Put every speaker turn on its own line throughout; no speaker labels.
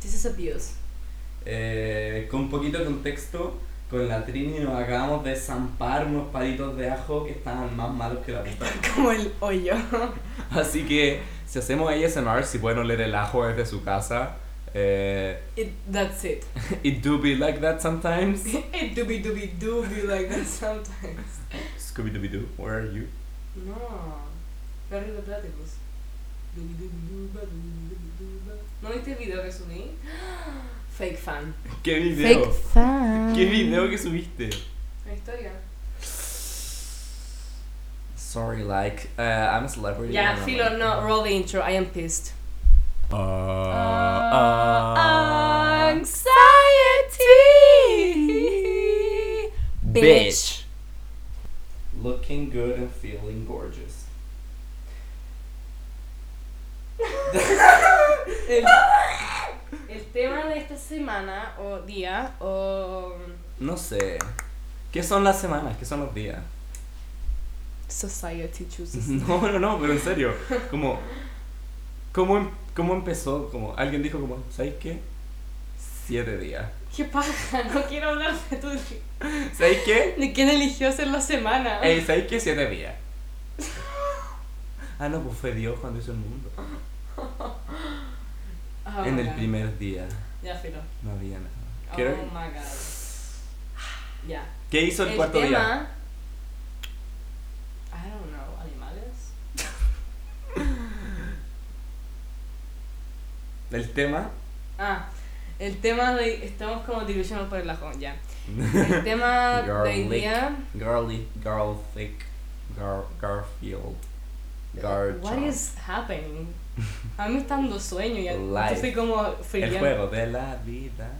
This is abuse.
Eh, con un poquito de contexto, con la Trini nos acabamos de zampar unos palitos de ajo que estaban más malos que la puta.
Como el hoyo.
Así que si hacemos ASMR, si pueden oler el ajo desde su casa, eh,
It, that's it.
it do be like that sometimes.
It do be do be do be like that sometimes.
Scooby Dooby Doo, where are you?
No. Barry the Platypus. Dubi dubi duba, dubi dubi duba. ¿No viste el video que subí? Fake fan.
¿Qué video?
Fake fan.
¿Qué video que subiste?
La historia.
Sorry, like, uh, I'm a celebrity.
Ya,
and I'm
filo,
like-
no. Roll the intro. I am pissed.
Uh,
Ah,
uh,
anxiety.
Bitch. Looking good and feeling gorgeous.
El, el tema de esta semana o día o
No sé. ¿Qué son las semanas? ¿Qué son los días?
society chooses.
No, no, no, pero en serio. Como. ¿Cómo, em- cómo empezó? Como, alguien dijo, como, ¿sabes qué? Siete días.
¿Qué pasa? No quiero hablar de tu de
¿Sabes qué?
quién eligió hacer la semana.
Ey, ¿sabes qué? Siete días. Ah, no, pues fue Dios cuando hizo el mundo.
Oh
en
my
el
God.
primer día
Ya filo.
no había nada.
Oh
Creo-
my god. Ya.
¿Qué hizo el, cuarto
tema,
día?
I don't know, animales.
El tema.
Ah, el tema de estamos como dilucionados por el ajón, ya. El tema de hoy
Garlic.
día
Girly, girl, thick, gar, Garfield. Gar
What is happening? A mí me está dando sueño y
Life.
yo estoy como
El
friando.
juego de la vida.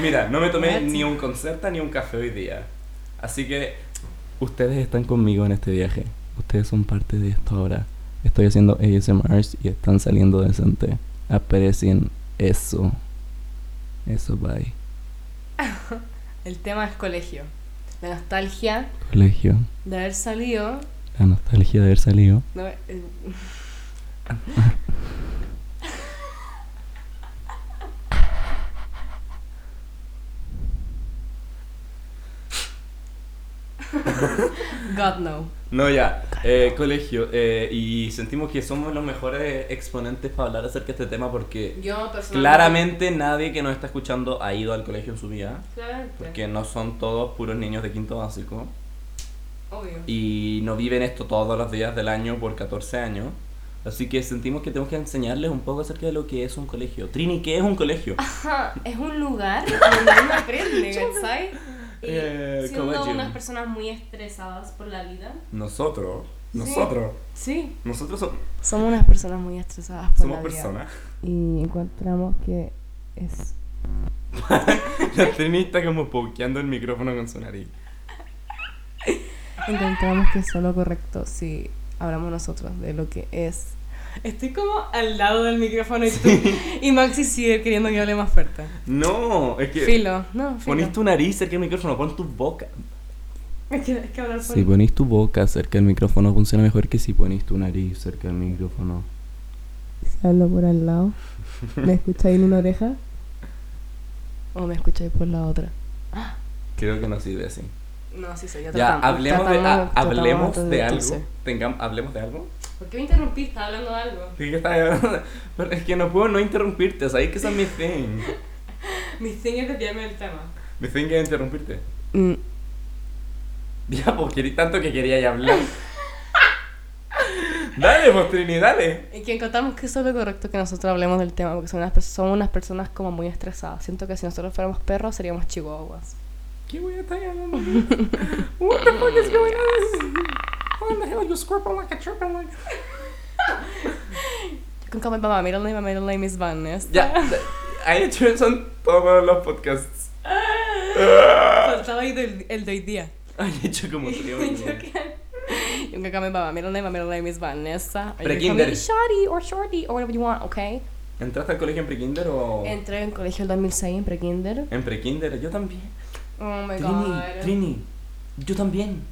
Mira, no me tomé
What?
ni un concerta ni un café hoy día. Así que. Ustedes están conmigo en este viaje. Ustedes son parte de esto ahora. Estoy haciendo ASMRs y están saliendo decente. Aprecien eso. Eso, bye.
El tema es colegio. La nostalgia
Colegio.
de haber salido.
La nostalgia de haber salido.
no, eh, God no.
No, ya, eh, colegio, eh, y sentimos que somos los mejores exponentes para hablar acerca de este tema porque
Yo personalmente.
claramente nadie que nos está escuchando ha ido al colegio en su vida,
Claramente.
porque no son todos puros niños de quinto básico
Obvio.
y no viven esto todos los días del año por 14 años, así que sentimos que tenemos que enseñarles un poco acerca de lo que es un colegio. Trini, ¿qué es un colegio?
Ajá, es un lugar donde uno aprende, ¿sabes? Y
Eh,
siendo
colegio.
unas personas muy estresadas por la vida.
Nosotros,
Sí.
nosotros,
Sí.
nosotros somos,
Somos unas personas muy estresadas por
somos
la vida.
personas.
Y encontramos que es
La Trini está como pokeando el micrófono con su nariz.
encontramos que es lo correcto si hablamos nosotros de lo que es.
Estoy como al lado del micrófono y tú. Y Maxi sigue queriendo que hable más fuerte.
No, es que...
Filo, no, filo.
Ponís tu nariz cerca del micrófono, pon tu boca.
Es que, es que hablar por-
Si
pues.
ponís tu boca cerca del micrófono funciona mejor que si ponís tu nariz cerca del micrófono.
Si hablo por al lado, ¿me escucháis en una oreja? ¿O me escucháis por la otra?
Creo que no sirve así.
No, sí, soy yo.
Ya,
tratando.
hablemos de,
tratamos-
ha- hablemos
tratamos
de
de
algo.
dulce.
Tengam, hablemos de algo.
¿Por qué me interrumpiste hablando de algo?
Sí, que está- Pero es que no puedo no interrumpirte, sabes que esa es mi thing.
Mi thing es desviarme del tema.
Mi thing es interrumpirte.
Mm,
Ya, pues querí tanto que quería ya hablar. dale, pues Trini, dale.
Y que encontramos que eso es lo correcto que nosotros hablemos del tema, porque son unas, pers- son unas personas como muy estresadas. Siento que si nosotros fuéramos perros seríamos chihuahuas.
¿Qué voy a estar hablando? What the fuck is going on? How in the hell you squirming like a tripping like
Yo con como mi mamá, middle name, my middle name is Vanessa.
Ya, ahí hecho eso en todos los podcasts.
Faltaba ahí del- el de hoy día.
Hay hecho como
Yo
trío.
que- Yo que mi mamá, middle name, my middle name is Vanessa. Or you can
Pre-kinder.
call me Shorty or Shorty or whatever you want, okay?
¿Entraste al colegio en prekinder o...?
Entré en colegio el 2006 en prekinder.
En prekinder, yo también.
Oh my
Trini,
god.
Trini, yo también.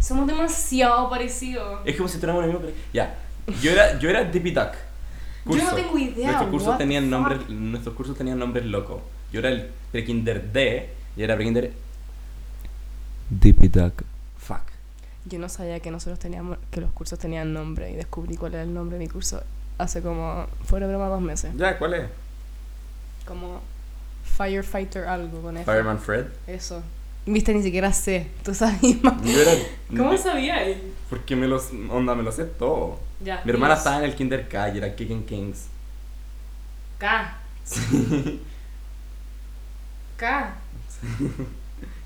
Somos demasiado parecidos.
Es como si tuviéramos el mismo colegio. Ya, yo era, yo era Dippy Duck.
Yo no tengo idea.
Nuestros cursos
what
tenían
the
nombres,
fuck.
nuestros cursos tenían nombres locos. Yo era el prekinder D y era prekinder
Dippy Duck.
fuck.
Yo no sabía que nosotros teníamos, que los cursos tenían nombre y descubrí cuál era el nombre de mi curso hace como, fuera de broma, dos meses.
Ya, ¿cuál es?
Como firefighter algo con eso.
Fireman Fred.
Eso. Viste, ni siquiera sé. Tú sabías más.
Yo era
¿Cómo sabía él?
Porque me los onda, me lo sé todo.
Ya.
Mi hermana
Dios.
estaba en el Kinder K y era Kicking Kings.
K. K.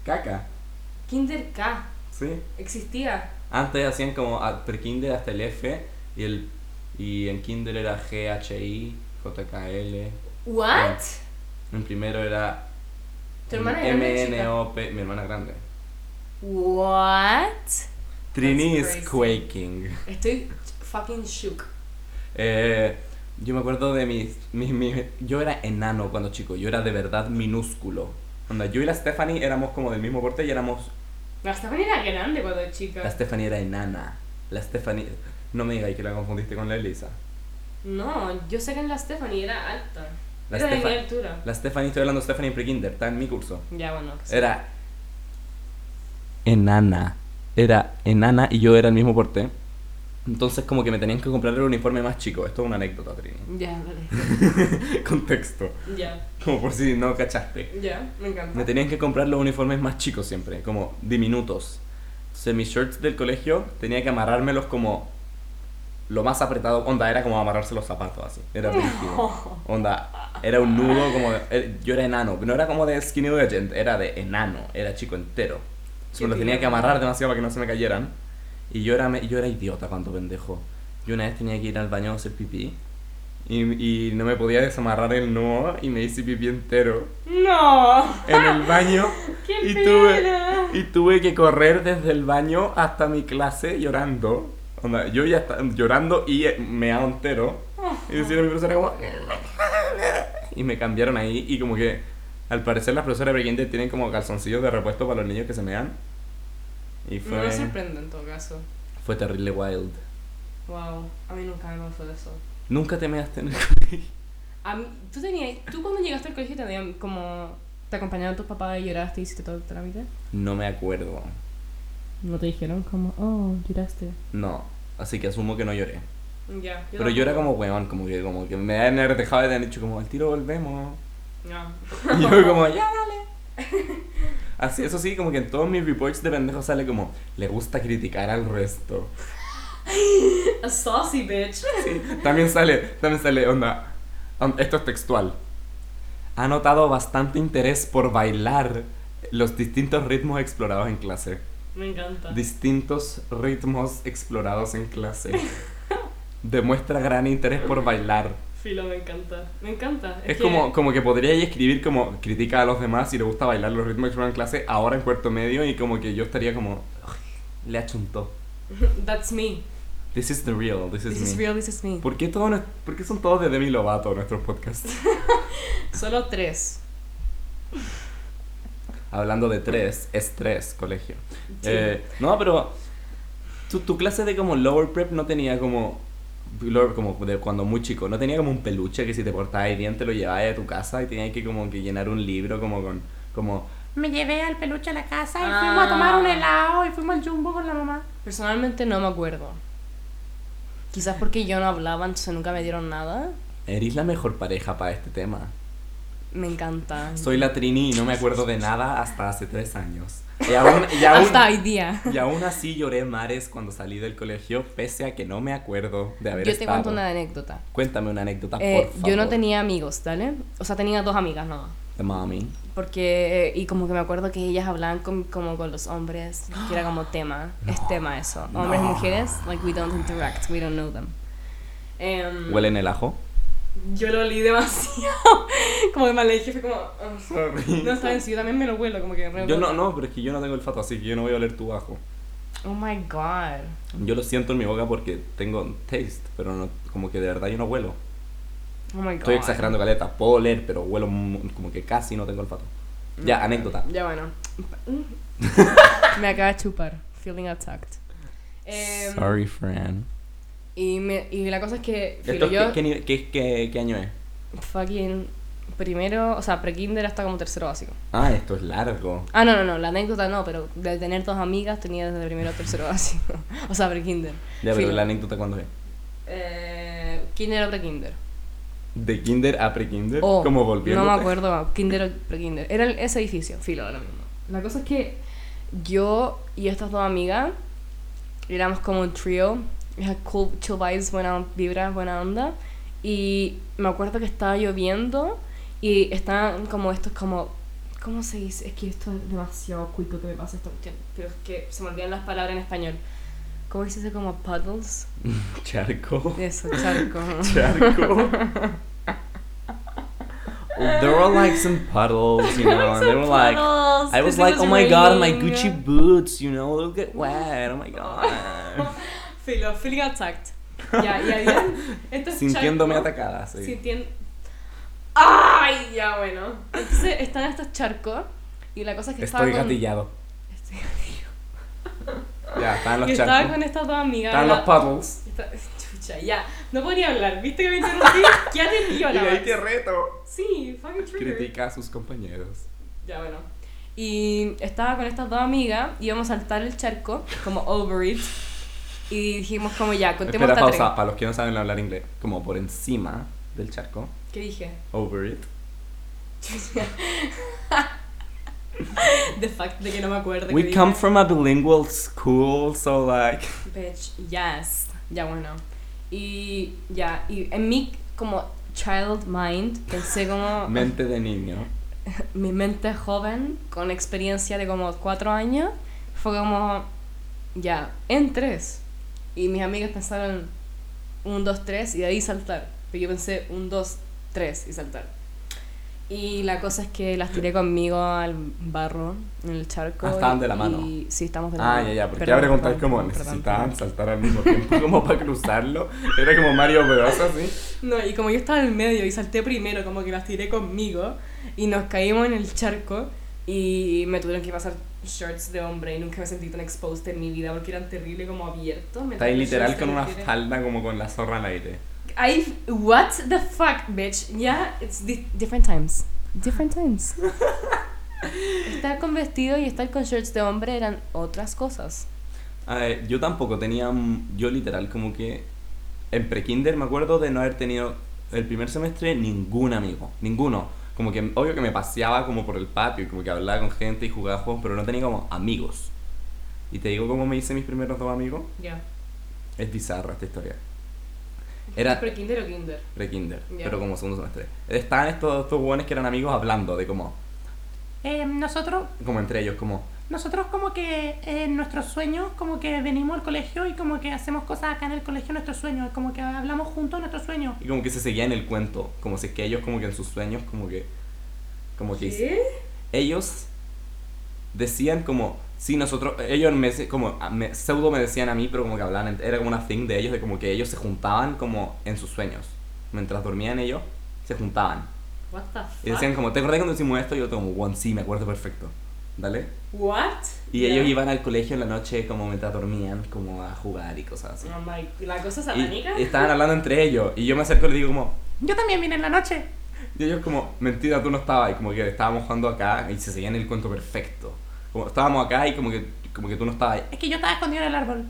Caca,
Kinder K.
sí.
Existía.
Antes hacían como a- pre-kinder hasta el F y el y en kinder era G H I J K L.
¿What?
En primero era
¿Tu hermana era grande o
M N
chica?
O P, mi hermana grande.
¿What?
Trini
That's
is
crazy.
quaking.
Estoy fucking shook.
Eh, yo me acuerdo de mis, mis- mis- Yo era enano cuando chico, yo era de verdad minúsculo. Onda, yo y la Stephanie éramos como del mismo porte y éramos...
La Stephanie era grande cuando era chica.
La Stephanie era enana. La Stephanie... No me digáis que la confundiste con la Elisa.
No, yo sé que en la Stephanie era alta.
La,
era de mi
Stefa-
altura.
la Stephanie, estoy hablando de Stephanie Prekinder, está en mi curso.
Ya, bueno. que sí.
Era... Enana. Era enana y yo era el mismo porte. Entonces como que me tenían que comprar el uniforme más chico. Esto es una anécdota, Trini.
Ya, vale.
Contexto.
Ya,
Como por si no cachaste.
ya, me encanta.
Me tenían que comprar los uniformes más chicos siempre, como diminutos. Entonces mis shirts del colegio tenía que amarrármelos como lo más apretado. Onda, era como amarrarse los zapatos así. Era rígido. Onda, era un nudo como... de- eh, yo era enano. No era como de skinny legend, era de enano. Era chico entero. Entonces me los
Qué
tenía
tierno.
que amarrar demasiado para que no se me cayeran. Y yo era, me- yo era idiota cuando pendejo. Yo una vez tenía que ir al baño a hacer pipí. Y, y no me podía desamarrar el nudo y me hice pipí entero
No.
en el baño
¡Qué
y
pena!
tuve y tuve que correr desde el baño hasta mi clase llorando Onda, yo ya estaba llorando y eh, meado entero y decía mi profesora como y me cambiaron ahí y como que al parecer las profesoras de Prekinder tienen como calzoncillos de repuesto para los niños que se mean y
No
fue
me sorprende en todo caso.
fue terrible wild
Wow, a mí nunca me pasó eso.
nunca te measte en el
A mí- tú tenías, tú cuando llegaste al colegio tenías como te acompañaron tus papás y lloraste y hiciste todo el trámite.
no me acuerdo
No te dijeron como, oh, lloraste.
no así que asumo que no lloré
Ya.
Pero yo era como weón, como que, como que me han dejado y te han dicho como, al tiro volvemos.
No.
Y yo como, ya dale. Así, eso sí, como que en todos mis reports de pendejo sale como, le gusta criticar al resto.
A saucy bitch.
También sale, también sale, onda, on- esto es textual. Ha notado bastante interés por bailar los distintos ritmos explorados en clase.
Me encanta.
Distintos ritmos explorados en clase. Demuestra gran interés por bailar.
Filo, me encanta. Me encanta.
Es
que-
como, como que podríais escribir como critica a los demás y le gusta bailar los ritmos que suenan en clase ahora en cuarto medio y como que yo estaría como "Ugh, le achuntó.
That's me.
This is the real, this is
This is
me.
real, this is me.
¿Por qué, todo no- por qué son todos de Demi Lovato nuestros podcasts?
Solo tres.
Hablando de tres, es tres, colegio.
Sí.
Eh, no, pero tu, tu clase de como lower prep no tenía como lower- como de cuando muy chico, no tenía como un peluche que si te portabas bien te lo llevabas a tu casa y tenías que como que llenar un libro como con como
Me llevé al peluche a la casa y
Ah.
fuimos a tomar un helado y fuimos al jumbo con la mamá.
Personalmente no me acuerdo. Quizás porque yo no hablaba, entonces nunca me dieron nada.
Eres la mejor pareja para este tema.
Me encanta.
Soy la Trini y no me acuerdo de nada hasta hace tres años. Y aún, y aún-
Hasta hoy día.
y aún así lloré mares cuando salí del colegio, pese a que no me acuerdo de haber
Yo te
estado.
cuento una anécdota.
Cuéntame una anécdota,
Eh,
Ah, por favor.
yo no tenía amigos, ¿vale? O sea, tenía dos amigas nomás.
The mommy.
Porque, y como que me acuerdo que ellas hablaban con- como con los hombres, que era como tema, es tema eso. Hombres y mujeres, like we don't interact, we don't know them. Em,
¿Huele en el ajo?
Yo lo olí demasiado. como de mal y fue como. "Oh,
Sorry.
No, está bien, sí, yo también me lo huelo, como que. re-
Yo no, no, pero es que yo no tengo olfato, así que yo no voy a oler tu ajo.
Oh my god.
Yo lo siento en mi boca porque tengo taste, pero no, como que de verdad yo no huelo.
Oh my god.
Estoy exagerando, caleta. Puedo oler, pero huelo mu- como que casi no tengo olfato. Ya, anécdota.
Ya bueno. me acaba de chupar, feeling attacked. Em,
Sorry, Fran.
Y, me, y la cosa es que filo,
¿Esto,
yo
qué, qué nivel- qué- qué- qué año es?
fucking primero, o sea, pre-kinder hasta como tercero básico.
Ah, esto es largo.
Ah, no, no, no, la anécdota no, pero de tener dos amigas tenía desde primero a tercero básico. o sea, pre-kinder.
Ya, pero
Filo.
la anécdota cuando es.
Eh, kinder o pre-kinder.
De kinder a pre-kinder.
O,
como volviendo.
Oh, No me acuerdo, kinder o pre-kinder. Era el- ese edificio, filo, ahora mismo. La cosa es que yo y estas dos amigas éramos como un trío. Era cool, chill vibes, buena vibra, buena onda. Y me acuerdo que estaba lloviendo y estaban como estos como... ¿Cómo se dice? Es que esto es demasiado oculto que me pasa esta cuestión. Pero es que se me olvidan las palabras en español. ¿Cómo se dice como puddles?
Charco.
Eso, charco.
Charco. There were like some puddles, you know, and they were like, I was like, oh my god, my Gucci boots, you know, they'll get wet, oh my god.
Filo, feeling attacked. Ya, y habían estos
Sintiéndome
charcos-
atacada, sí.
Sintien- ¡Ay! Ya, bueno. Entonces están estos charcos y la cosa es que
Estoy
estaba con...
gatillado.
Estoy gatillado.
Ya, estaban
Y
los
estaba con
charcos.
estas dos amigas.
Estaban los
la-
puddles.
esta- Chucha, ya. No podía hablar. ¿Viste que me interrumpí? ¿Qué atendió
Y
la
ahí
Max?
te reto.
Sí, fucking trigger.
Critica a sus compañeros.
Ya, bueno. Y estaba con estas dos amigas, íbamos a saltar el charco, como over it. Y dijimos como ya, contemos
Espera,
hasta tres.
pausa, para los que no saben hablar inglés, como por encima del charco.
¿Qué dije?
Over it.
The fact de que no me acuerdo.
We come from a bilingual school, so like.
Bitch, yes. Ya bueno. Y ya, y en mi como child mind pensé como
Mente de niño.
mi mente joven con experiencia de como cuatro años fue como ya en tres y mis amigas pensaron un dos tres y de ahí saltar pero yo pensé un dos tres y saltar y la cosa es que las tiré conmigo al barro en el charco
Ah, estaban
y-
de la mano.
y- sí estamos de la
Ah,
mano
ya, ya, porque
Perdón,
ahora contar
perdón,
como
perdón, perdón,
necesitaban
perdón.
saltar al mismo tiempo, como para cruzarlo. Era como Mario Bros. así.
No, y como yo estaba en el medio y salté primero, como que las tiré conmigo y nos caímos en el charco y me tuvieron que pasar shorts de hombre y nunca me sentí tan exposed en mi vida porque eran terrible como abiertos.
Está ahí literal con una falda como con la zorra al aire.
I what the fuck, bitch. Yeah, it's di- different times. Different times. estar con vestido y estar con shorts de hombre eran otras cosas.
A ver, yo tampoco tenía. mm, Yo literal, como que. En prekinder me acuerdo de no haber tenido el primer semestre ningún amigo. Ninguno. Como que, obvio que me paseaba como por el patio y como que hablaba con gente y jugaba juegos, pero no tenía como amigos. Y te digo cómo me hice mis primeros dos amigos.
Ya.
Es bizarra esta historia. Era
Pero kinder o kinder.
pre-kinder,
Ya.
pero como segundo semestre. Estaban estos, estos hueones que eran amigos hablando de como,
Eh, nosotros,
como entre ellos, como,
nosotros como que eh, en nuestros sueños, como que venimos al colegio y como que hacemos cosas acá en el colegio, nuestros sueños, como que hablamos juntos nuestros sueños.
y como que se seguían el cuento, como si es que ellos como que en sus sueños como que, como que ellos decían como, sí, nosotros, ellos me, dec- como, a- me- pseudo me decían a mí, pero como que hablaban, ent- era como una thing de ellos, de como que ellos se juntaban como en sus sueños. Mientras dormían ellos, se juntaban.
What the fuck?
Y decían como, ¿te acordás cuando hicimos esto? Y yo como, bueno, sí, me acuerdo perfecto. ¿Dale?
What?
Y
Ya.
ellos iban al colegio en la noche como mientras dormían, como a jugar y cosas así.
Oh my- la cosa
Y,
satánica.
y estaban hablando entre ellos y yo me acerco y les digo como,
Yo también vine en la noche.
y ellos como, mentira, tú no estabas, y como que estábamos jugando acá y se seguían el cuento perfecto. Como estábamos acá y como que, como que tú no estabas.
Es que yo estaba escondido en el árbol.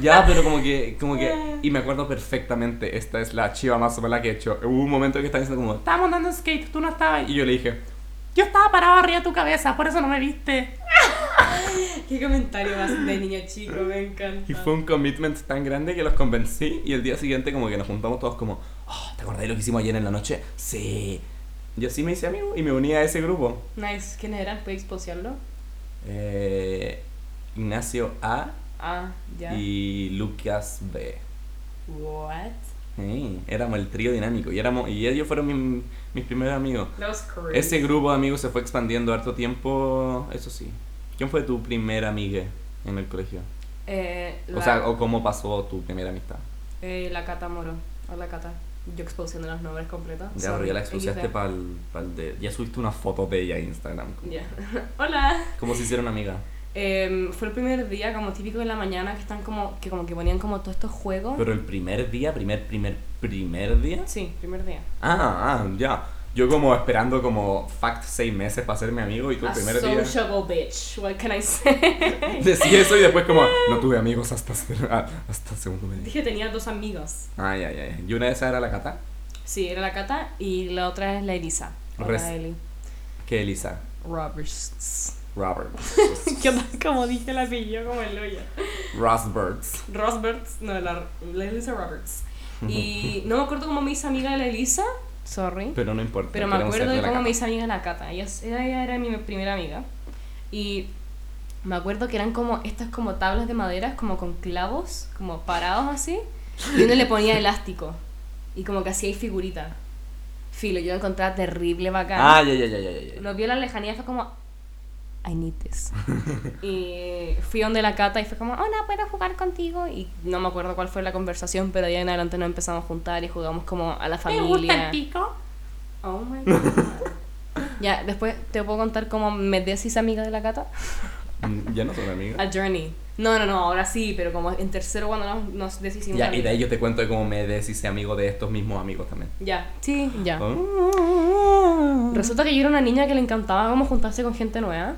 Ya, pero como que, como que, y me acuerdo perfectamente, esta es la chiva más mala que he hecho. Hubo un momento que estaban diciendo como,
Estábamos andando en skate, tú no estabas
y
ahí.
yo le dije,
Yo estaba parado arriba de tu cabeza, por eso no me viste.
Qué comentario más de niña chico, me encanta.
Y fue un commitment tan grande que los convencí y el día siguiente como que nos juntamos todos como, "Ah, ¿te acordás de lo que hicimos ayer en la noche? Sí. Yo sí me hice amigo y me uní a ese grupo.
Nice, ¿quiénes eran? ¿Puedes postearlo?
Eh, Ignacio A
Ah, ya.
y Lucas B.
What?
Sí, éramos el trío dinámico y, éramos, y ellos fueron mi- mis primeros amigos.
That was crazy.
Ese grupo de amigos se fue expandiendo harto tiempo, eso sí. ¿Quién fue tu primera amiga en el colegio?
Eh, la,
O sea, o cómo pasó tu primera amistad.
eh, la Cata Moro. Hola, Cata. Yo expulsando los nombres completos.
Ya, pero
Sorry,
ya la expulsaste
XD.
para el, de... Ya subiste una foto de ella a Instagram. como-
Ya. Hola.
¿Cómo se hicieron amiga?
Em, fue el primer día, como típico en la mañana, que están como que, como que ponían como todos estos juegos.
Pero el primer día, primer, primer, primer día.
Sí, primer día.
Ah, ah, ya. Yo como esperando como fact seis meses para ser mi amigo y tu
A
primer día.
sociable bitch, what can I say?
Decía eso y después como, no tuve amigos hasta, ser- ah, hasta segundo medio.
Dije tenía dos amigas.
Ay, ay, ay. Y una de esas era la Cata,
Sí, era la Cata y la otra es la Elisa. Hola,
Res-
Eli.
que Elisa
Roberts.
Roberts.
¿Qué tal? Como dije la apellido, como el hoyo.
Rosberts.
Rosberts, no, la, la Elisa Roberts. Y no me acuerdo cómo me hice amiga de la Elisa, sorry.
Pero no importa.
Pero me
queremos
acuerdo de
ser la
cómo me
Cata.
hice amiga de la Cata. Ella, es- ella- ella era mi primera amiga. Y me acuerdo que eran como estas como tablas de madera, como con clavos, como parados así. Y uno le ponía elástico. Y como que hacía ahí figurita. Filo, yo lo encontraba terrible bacán.
Ah, ya, ya, ya, ya, ya, ya.
Lo vio a la lejanía y fue como, I need this. y fui donde la cata y fue como, hola, puedo jugar contigo. Y no me acuerdo cuál fue la conversación, pero de ahí en adelante nos empezamos a juntar y jugamos como a la
¿Te gusta el
familia.
pico?
Oh my god. ya, después te puedo contar cómo me deshice amiga de la cata.
Mm, Ya no son amigos.
A Journey. No, no, no, ahora sí, pero como en tercero cuando nos, nos deshicimos.
Ya, y
amigas.
de ahí yo te cuento de cómo me deshice amigo de estos mismos amigos también. Ah,
Ya, sí, ya.
Oh.
Resulta que yo era una niña que le encantaba como juntarse con gente nueva.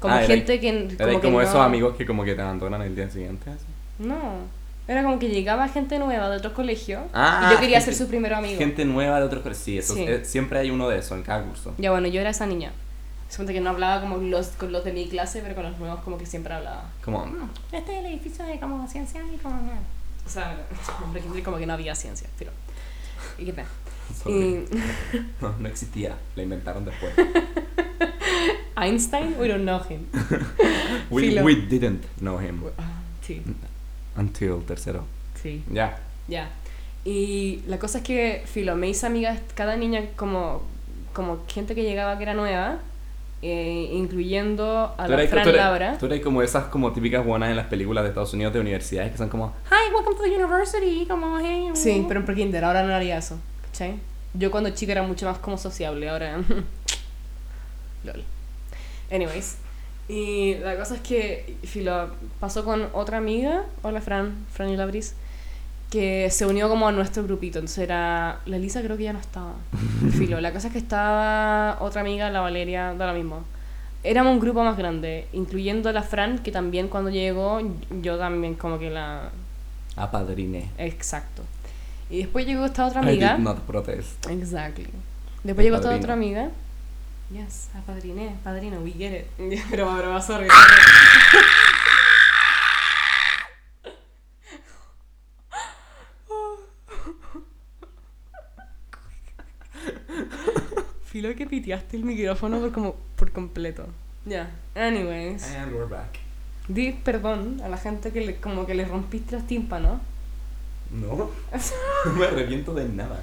Como
Ah, era-
gente que.
Era como,
que
esos
no-
amigos que como que te abandonan el día siguiente. así.
No. Era como que llegaba gente nueva de otros colegios
Ah,
y yo quería
gente-
ser su primer amigo.
Gente nueva de otros colegios. Sí, eso,
Sí.
eh, siempre hay uno de eso en cada curso.
Ya bueno, yo era esa niña. Se cuenta que no hablaba como los, con los de mi clase, pero con los nuevos como que siempre hablaba.
Como,
Mm, Este es el edificio de como ciencia y como nada.
O sea, hombre, que como que no había ciencia, pero... Y qué pena. Y
sorry. No, no existía. La inventaron después.
Einstein, we don't know him.
We,
Filo.
we didn't know him
Ah, Sí,
until tercero.
sí.
Ya.
Ya. Y la cosa es que, filo, me hice amiga de cada niña como, como gente que llegaba que era nueva, eh, incluyendo a
Tú
la
eres,
Fran
tú, eres-
Labra.
tú eres como esas como típicas buenas en las películas de Estados Unidos de universidades que son como
Hi, welcome to the university. Como, hey.
Sí,
uh.
pero en prekinder, ahora no haría eso, ¿cachai? Yo cuando chica era mucho más como sociable, ahora... Lol. Anyways. Y la cosa es que, filo, pasó con otra amiga, hola Fran, Fran y Labris, que se unió como a nuestro grupito, entonces era... La Elisa creo que ya no estaba. Filo, la cosa es que estaba otra amiga, la Valeria, da lo mismo. Éramos un grupo más grande, incluyendo a la Fran, que también cuando llegó, yo también como que la...
apadriné.
Exacto. Y después llegó esta otra
I
amiga.
did not protest.
Exactly.
Me
Después llegó esta
padrino.
otra amiga. Yes, apadriné, padrino, we get it. Pero ahora vas a reír. Filo que piteaste el micrófono por, como, por completo. Ya. Anyways.
And we're back.
Di perdón a la gente que le, como que le rompiste los tímpanos.
No. no me arrepiento de nada.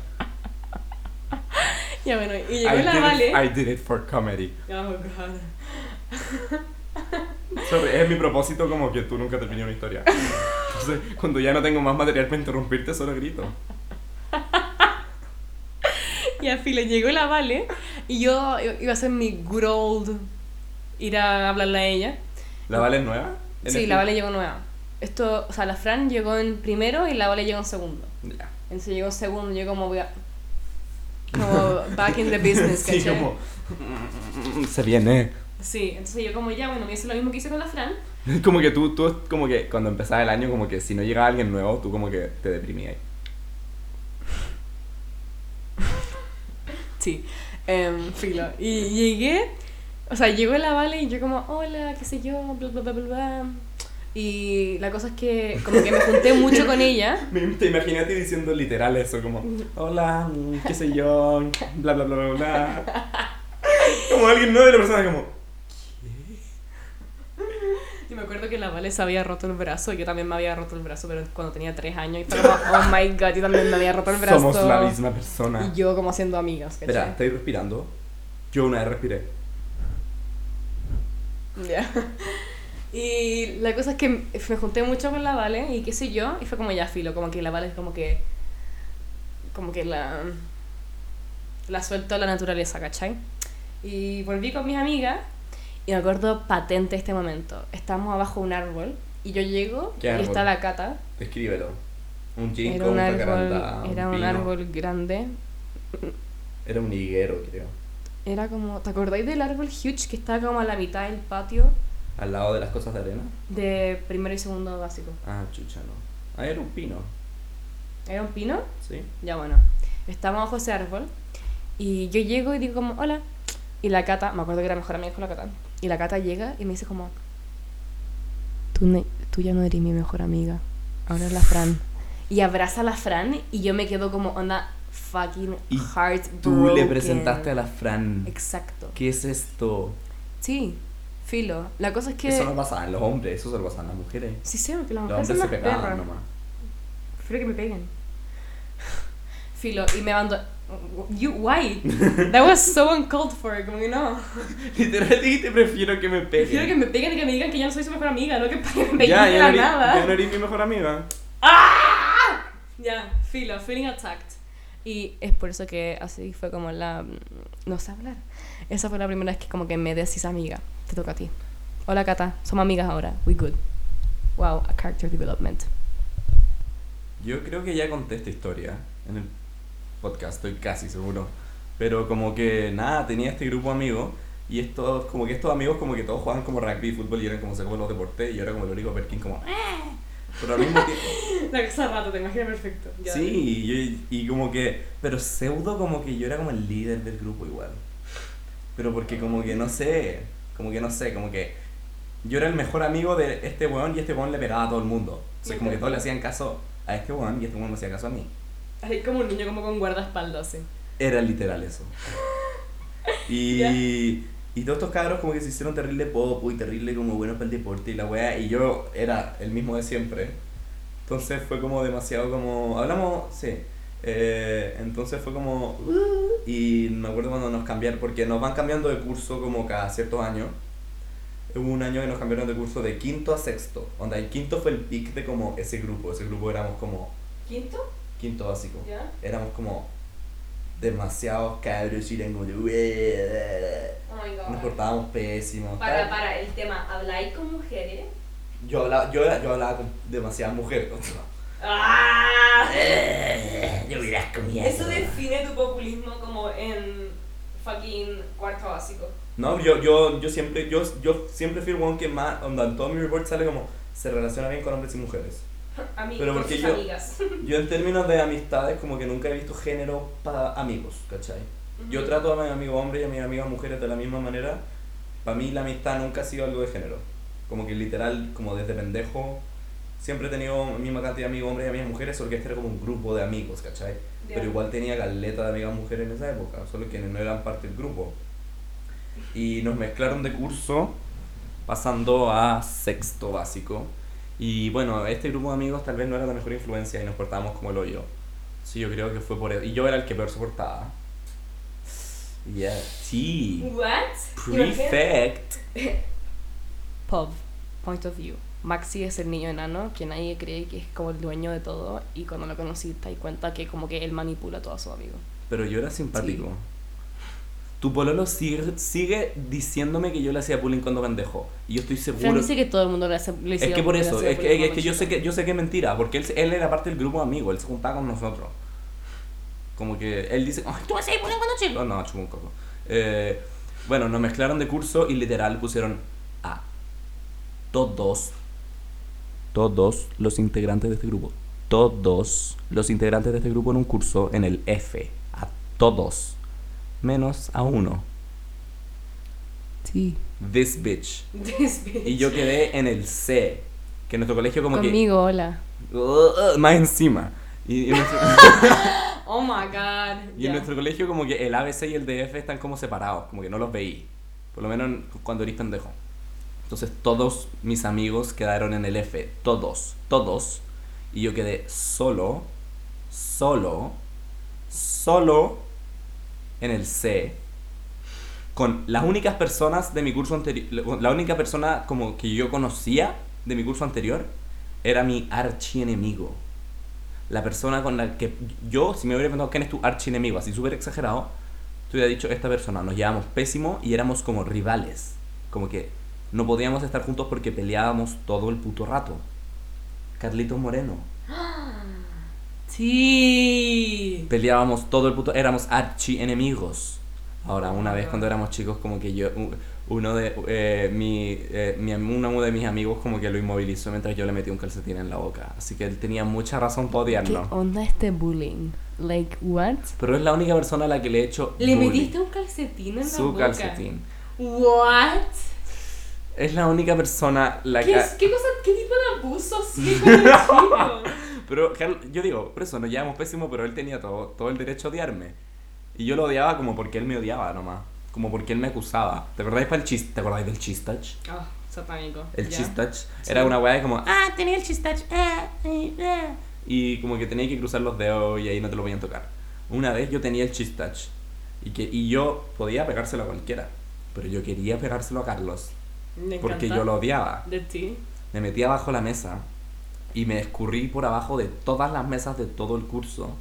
Ya bueno, y llegó
I
la
did,
Vale.
it, I did it for comedy.
Oh, God.
Sorry, es mi propósito como que tú nunca terminé una historia. Entonces, cuando ya no tengo más material para interrumpirte, solo grito.
Y al fin le llegó la Vale y yo iba a hacer mi good old ir a hablarle a ella.
¿La Vale es nueva? ¿En
Sí,
este?
la Vale llegó nueva. Esto, o sea, la Fran llegó en primero y la Vale llegó en segundo.
Ya.
Entonces llegó en segundo, yo como voy a... Como back in the business, ¿cachai?
Sí, como... "Mm, Se viene.
Sí, entonces yo como ya, bueno, me hice lo mismo que hice con la Fran.
Como que tú, tú, como que cuando empezaba el año, como que si no llegaba alguien nuevo, tú como que te deprimías.
Sí, em, filo. Y llegué, o sea, llegó la Vale y yo como, hola, qué sé yo, bla, bla, bla, bla, bla. Y la cosa es que como que me junté mucho con ella.
Me- Te imaginé a ti diciendo literal eso, como, hola, mm, qué sé yo, bla, bla, bla, bla, bla. Como alguien nuevo y la persona como,
Y me acuerdo que la Vale se había roto el brazo, y yo también me había roto el brazo, pero cuando tenía tres años, y fue como, oh my god, yo también me había roto el brazo.
somos la misma persona.
Y yo como siendo amigas,
Espera,
¿cachai?
¿estáis respirando? Yo una vez respiré.
Ya. Y la cosa es que me junté mucho con la Vale, y qué sé yo, y fue como ya filo, como que la Vale es como que. como que la. la suelto a la naturaleza, ¿cachai? Y volví con mis amigas, Y me acuerdo patente este momento. Estábamos abajo de un árbol y yo llego y
¿Qué árbol?
está la cata.
Descríbelo. Un
Era
ginkgo,
un
una
árbol,
jacaranda,
era un
pino.
árbol grande.
Era un higuero, creo.
Era como, ¿te acordáis del árbol huge que estaba como a la mitad del patio
Al lado de las cosas de arena.
de primero y segundo básico?
Ah, chucha, no. Ah, era un pino,
¿Era un pino?
¿sí?
Ya bueno, estamos bajo ese árbol y yo llego y digo como, hola. Y la cata, me acuerdo que era mejor amiga con la cata, y la cata llega y me dice como, tú, ne- tú ya no eres mi mejor amiga, ahora es la Fran. Y abraza a la Fran y yo me quedo como onda fucking
Y
heartbroken.
Tú le presentaste a la Fran.
Exacto.
¿Qué es esto?
Sí, filo. La cosa es que...
Eso no pasa a los hombres, eso se lo pasa a las mujeres.
Sí sé, porque las
Los
mujeres
hombres
son
se
más
pegaban
perras.
nomás.
Prefiero que me peguen. Filo, y me abandonó. You, why? That was so uncalled for, como que no.
Literal dijiste prefiero que me peguen.
Prefiero que me peguen y que me digan que ya no soy su mejor amiga, no que pa- que me peguen
ya,
de
ya,
la
no eres-
nada.
ya no eres mi mejor amiga.
Ya, filo, feeling attacked. Y es por eso que así fue como la... No sé hablar. Esa fue la primera vez que como que me decís amiga. Te toca a ti. Hola, Cata. Somos amigas ahora. We good. Wow, a character development.
Yo creo que ya conté esta historia en el podcast, estoy casi seguro. Pero como que nada, tenía este grupo de amigos y estos, como que estos amigos como que todos jugaban como rugby, fútbol y eran como se como los deportes y yo era como el único Perkin como... "Ah". Pero al mismo tiempo...
La cosa rato, te imagino perfecto. Ya.
sí, y, yo- y como que... Pero pseudo como que yo era como el líder del grupo igual. Pero porque como que no sé, como que no sé, como que... Yo era el mejor amigo de este weón y este weón le pegaba a todo el mundo. O sea, como que todos le hacían caso a este weón y este weón me hacía caso a mí.
Así como un niño como con guardaespaldas, así.
Era literal eso. Y, y todos estos cabros como que se hicieron terrible popo y terrible como buenos para el deporte y la weá. Y yo era el mismo de siempre. Entonces fue como demasiado como... Hablamos, sí. Eh, entonces fue como... "Uh", Y me acuerdo cuando nos cambiaron, porque nos van cambiando de curso como cada ciertos años. Hubo un año que nos cambiaron de curso de quinto a sexto. Onda, el quinto fue el pic de como ese grupo. Ese grupo éramos como
¿Quinto?
quinto básico
¿Ya?
éramos como demasiados cabros y eran como de, "Ué".
Oh my god.
nos portábamos pésimos
Para,
tal.
para, el tema, ¿habláis con mujeres?
yo hablaba yo, era- yo hablaba con demasiadas mujeres
¡Ah!
yo hubieras comido
Eso define tu populismo como en fucking cuarto básico.
no yo yo yo siempre yo yo siempre fui el one que más onda en todo mi report sale como se relaciona bien con hombres y mujeres
A mí,
Pero
con
porque
sus
yo-
amigas.
yo en términos de amistades como que nunca he visto género para amigos ¿cachai? yo trato a mis amigos hombres y a mis amigas mujeres de la misma manera para mí la amistad nunca ha sido algo de género como que literal como desde pendejo siempre he tenido la misma cantidad de amigos hombres y amigas mujeres solo que este era como un grupo de amigos ¿cachai?
Ya.
pero igual tenía caleta de amigas mujeres en esa época solo que no eran parte del grupo y nos mezclaron de curso pasando a sexto básico y bueno, este grupo de amigos tal vez no era la mejor influencia y nos portábamos como el hoyo. Sí, yo creo que fue por eso. Y yo era el que peor soportaba. Yeah. Sí.
¿What? Imagínate-
Prefect.
Pub, point of view. Maxi es el niño enano que nadie cree que es como el dueño de todo y cuando lo conocí te das cuenta que como que él manipula a todos sus amigos.
Pero yo era simpático. Tu pololo sigue, sigue diciéndome que yo le hacía bullying cuando pendejo. Y yo estoy
Fran
seguro.
dice que todo el mundo le hace... le
Es
hacía-
que por
le
eso,
hacía
es que,
bullying
es que yo sé
cuando
que yo sé que es mentira, porque él, él era parte del grupo de amigos, él se juntaba con nosotros. Como que él dice, "Ay, tú vas a ir poniendo cuando chico. No, chupo un coco. Eh, bueno, nos mezclaron de curso y literal pusieron a todos, todos los integrantes de este grupo, todos los integrantes de este grupo en un curso en el F, a todos, menos a uno.
Sí.
This bitch.
This bitch.
Y yo quedé en el C, que en nuestro colegio como que...
Conmigo, hola.
Uh, más encima. Y, y en nuestro,
Oh my god.
y en
Ya.
nuestro colegio como que el ABC y el DF están como separados, como que no los veí. Por lo menos cuando eres pendejo. Entonces todos mis amigos quedaron en el F, todos, todos. Y yo quedé solo, solo, solo en el C. Con las únicas personas de mi curso anterior, la única persona como que yo conocía de mi curso anterior era mi archienemigo. La persona con la que yo, si me hubiera preguntado quién es tu archienemigo, así súper exagerado, te hubiera dicho esta persona. Nos llevamos pésimo y éramos como rivales. Como que no podíamos estar juntos porque peleábamos todo el puto rato. Carlitos Moreno.
Sí.
Peleábamos todo el puto... Éramos archi enemigos. Ahora, una vez
Ah.
cuando éramos chicos, como que yo... u- Uno de... eh, mi, eh, mi am- uno de mis amigos como que lo inmovilizó mientras yo le metí un calcetín en la boca. Así que él tenía mucha razón para
¿Qué
odiarlo.
onda este bullying? Like, what?
Pero es la única persona a la que le he hecho
¿Le
bullying.
metiste un calcetín en la
su
boca?
calcetín.
What?
Es la única persona la
¿Qué,
que...
es- qué cosa, qué tipo de abuso así con el chico?
Pero Carl- yo digo, por eso nos llevamos pésimo, pero él tenía todo, todo el derecho a odiarme. Y yo lo odiaba como porque él me odiaba nomás. Como porque él me acusaba. ¿Te acordáis para el chis- ¿Te acordáis del chistach?
Ah, satánico.
El
ya.
chistach era una weá de como... "Ah",
Ah, tenía el chistache. Ah, eh, ah.
Y como que tenía que cruzar los dedos y ahí no te lo podían tocar. Una vez yo tenía el chistach. Y, que, y yo podía pegárselo a cualquiera. Pero yo quería pegárselo a Carlos.
Me
Porque
encanta.
yo lo odiaba.
De ti.
Me metí abajo de la mesa y me escurrí por abajo de todas las mesas de todo el curso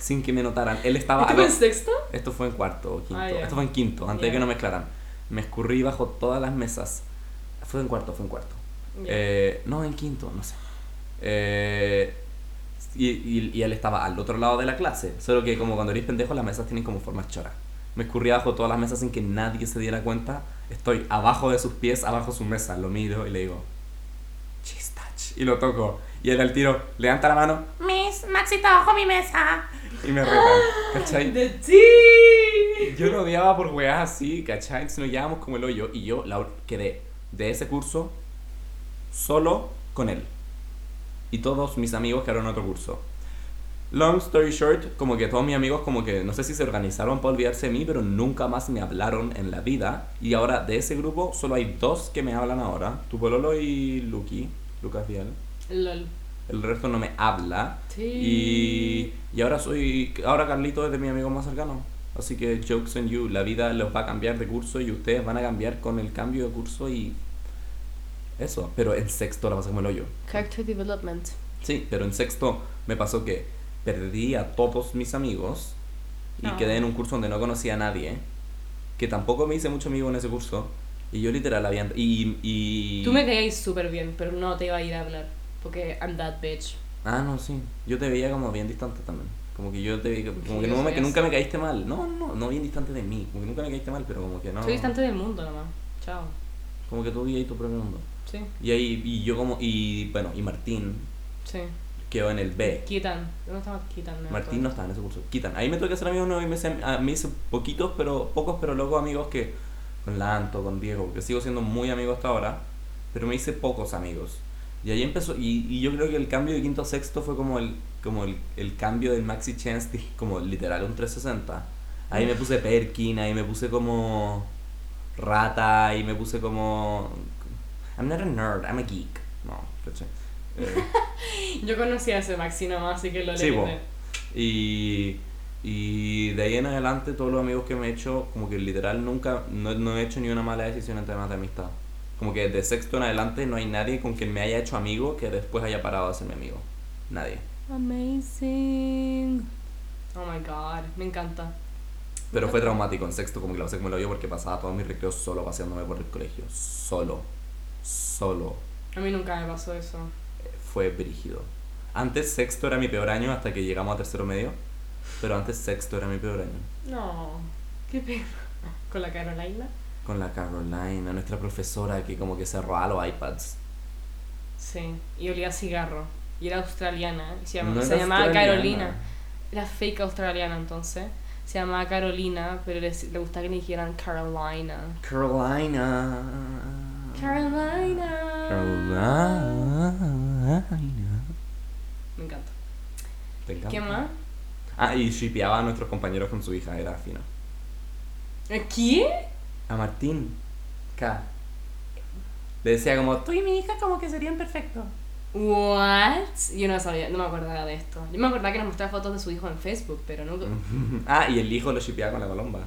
sin que me notaran. Él estaba.
¿Estuvo
a
en
lo-
sexto?
Esto fue en cuarto o quinto.
Ah, ya.
Esto fue en quinto, antes de
Ya.
que no mezclaran. Me escurrí bajo todas las mesas. Fue en cuarto, fue en cuarto.
Ya.
Eh, no, en quinto, no sé. Eh, y, y- y él estaba al otro lado de la clase. Solo que como cuando eres pendejo, las mesas tienen como formas choras. Me escurrí abajo todas las mesas sin que nadie se diera cuenta. Estoy abajo de sus pies, abajo de su mesa. Lo miro y le digo, chistach. Y lo toco. Y él al tiro levanta la mano
Miss, Maxi está bajo mi mesa.
y me reta. ¿Cachai?
De ti.
Yo lo odiaba por weas así, ¿cachai? Entonces nos llevábamos como el hoyo y yo la, quedé de ese curso solo con él. Y todos mis amigos quedaron en otro curso. Long story short, como que todos mis amigos como que no sé si se organizaron para olvidarse de mí, pero nunca más me hablaron en la vida. Y ahora de ese grupo solo hay dos que me hablan ahora. Tu Pololo y Lucky, Lucas Vial.
LOL.
El resto no me habla.
Sí.
Y, y ahora soy. Ahora Carlito es de mi amigo más cercano. Así que jokes on you. La vida los va a cambiar de curso y ustedes van a cambiar con el cambio de curso y. Eso. Pero en sexto la pasé como el hoyo.
Character development.
Sí, pero en sexto me pasó que perdí a todos mis amigos y
Ah.
quedé en un curso donde no conocía a nadie. Que tampoco me hice mucho amigo en ese curso. Y yo literal había. Y, y...
Tú me caías súper bien, pero no te iba a ir a hablar. Porque I'm that bitch.
Ah, no, sí. Yo te veía como bien distante también. Como que yo te veía, como
Sí,
que,
yo
no me-
soy
que nunca
así.
me caíste mal. No, no, no bien distante de mí. Como que nunca me caíste mal, pero como que no.
Soy distante del mundo nomás. Chao.
Como que tú y tu propio mundo.
Sí,
Y ahí, y yo como, y bueno, y Martín
sí.
quedó en el B.
Quitan. ¿Dónde estaba Quitan? me
Martín
acuerdo.
no estaba en ese curso. Quitan. Ahí me tuve que hacer amigos nuevos y me hice, ah, me hice poquitos, pero pocos, pero locos amigos que. Con Lanto, con Diego, que sigo siendo muy amigo hasta ahora, pero me hice pocos amigos. Y ahí empezó, y, y yo creo que el cambio de quinto a sexto fue como el, como el, el cambio del Maxi Chance, de- como literal un 360. Ahí me puse Perkin, ahí me puse como rata, ahí me puse como... I'm not a nerd, I'm a geek. No, caché. Eh,
Yo conocí a ese Maxi nomás, así que lo leí.
Sí, po. Y, y de ahí en adelante todos los amigos que me he hecho, como que literal nunca, no, no he hecho ni una mala decisión en temas de amistad. Como que de sexto en adelante no hay nadie con quien me haya hecho amigo que después haya parado de ser mi amigo. Nadie.
Amazing.
Oh my god, me encanta.
Pero fue traumático en sexto, como que la pasé como lo yo porque pasaba todos mis recreos solo paseándome por el colegio. Solo. Solo.
A mí nunca me pasó eso.
Fue brígido. Antes sexto era mi peor año hasta que llegamos a tercero medio. Pero antes sexto era mi peor año.
No, qué pena. Con la Carolina.
Con la Carolina, nuestra profesora que como que se robaba los iPads.
Sí, y olía a cigarro. Y era australiana. y se, llama-
No
se
era
llamaba
australiana.
Carolina. Era fake australiana entonces. Se llamaba Carolina, pero le, le gustaba que le dijeran Carolina.
Carolina.
Carolina.
Carolina.
Me encanta.
Te encanta.
¿Qué más?
Ah, y shipeaba a nuestros compañeros con su hija, era fino.
¿Qué?
A Martín. K. Le decía como,
Tú y mi hija como que serían perfectos.
What? Yo no sabía, no me acordaba de esto. Yo me acordaba que nos mostraba fotos de su hijo en Facebook, pero nunca.
Ah, y el hijo lo shipeaba con la colomba.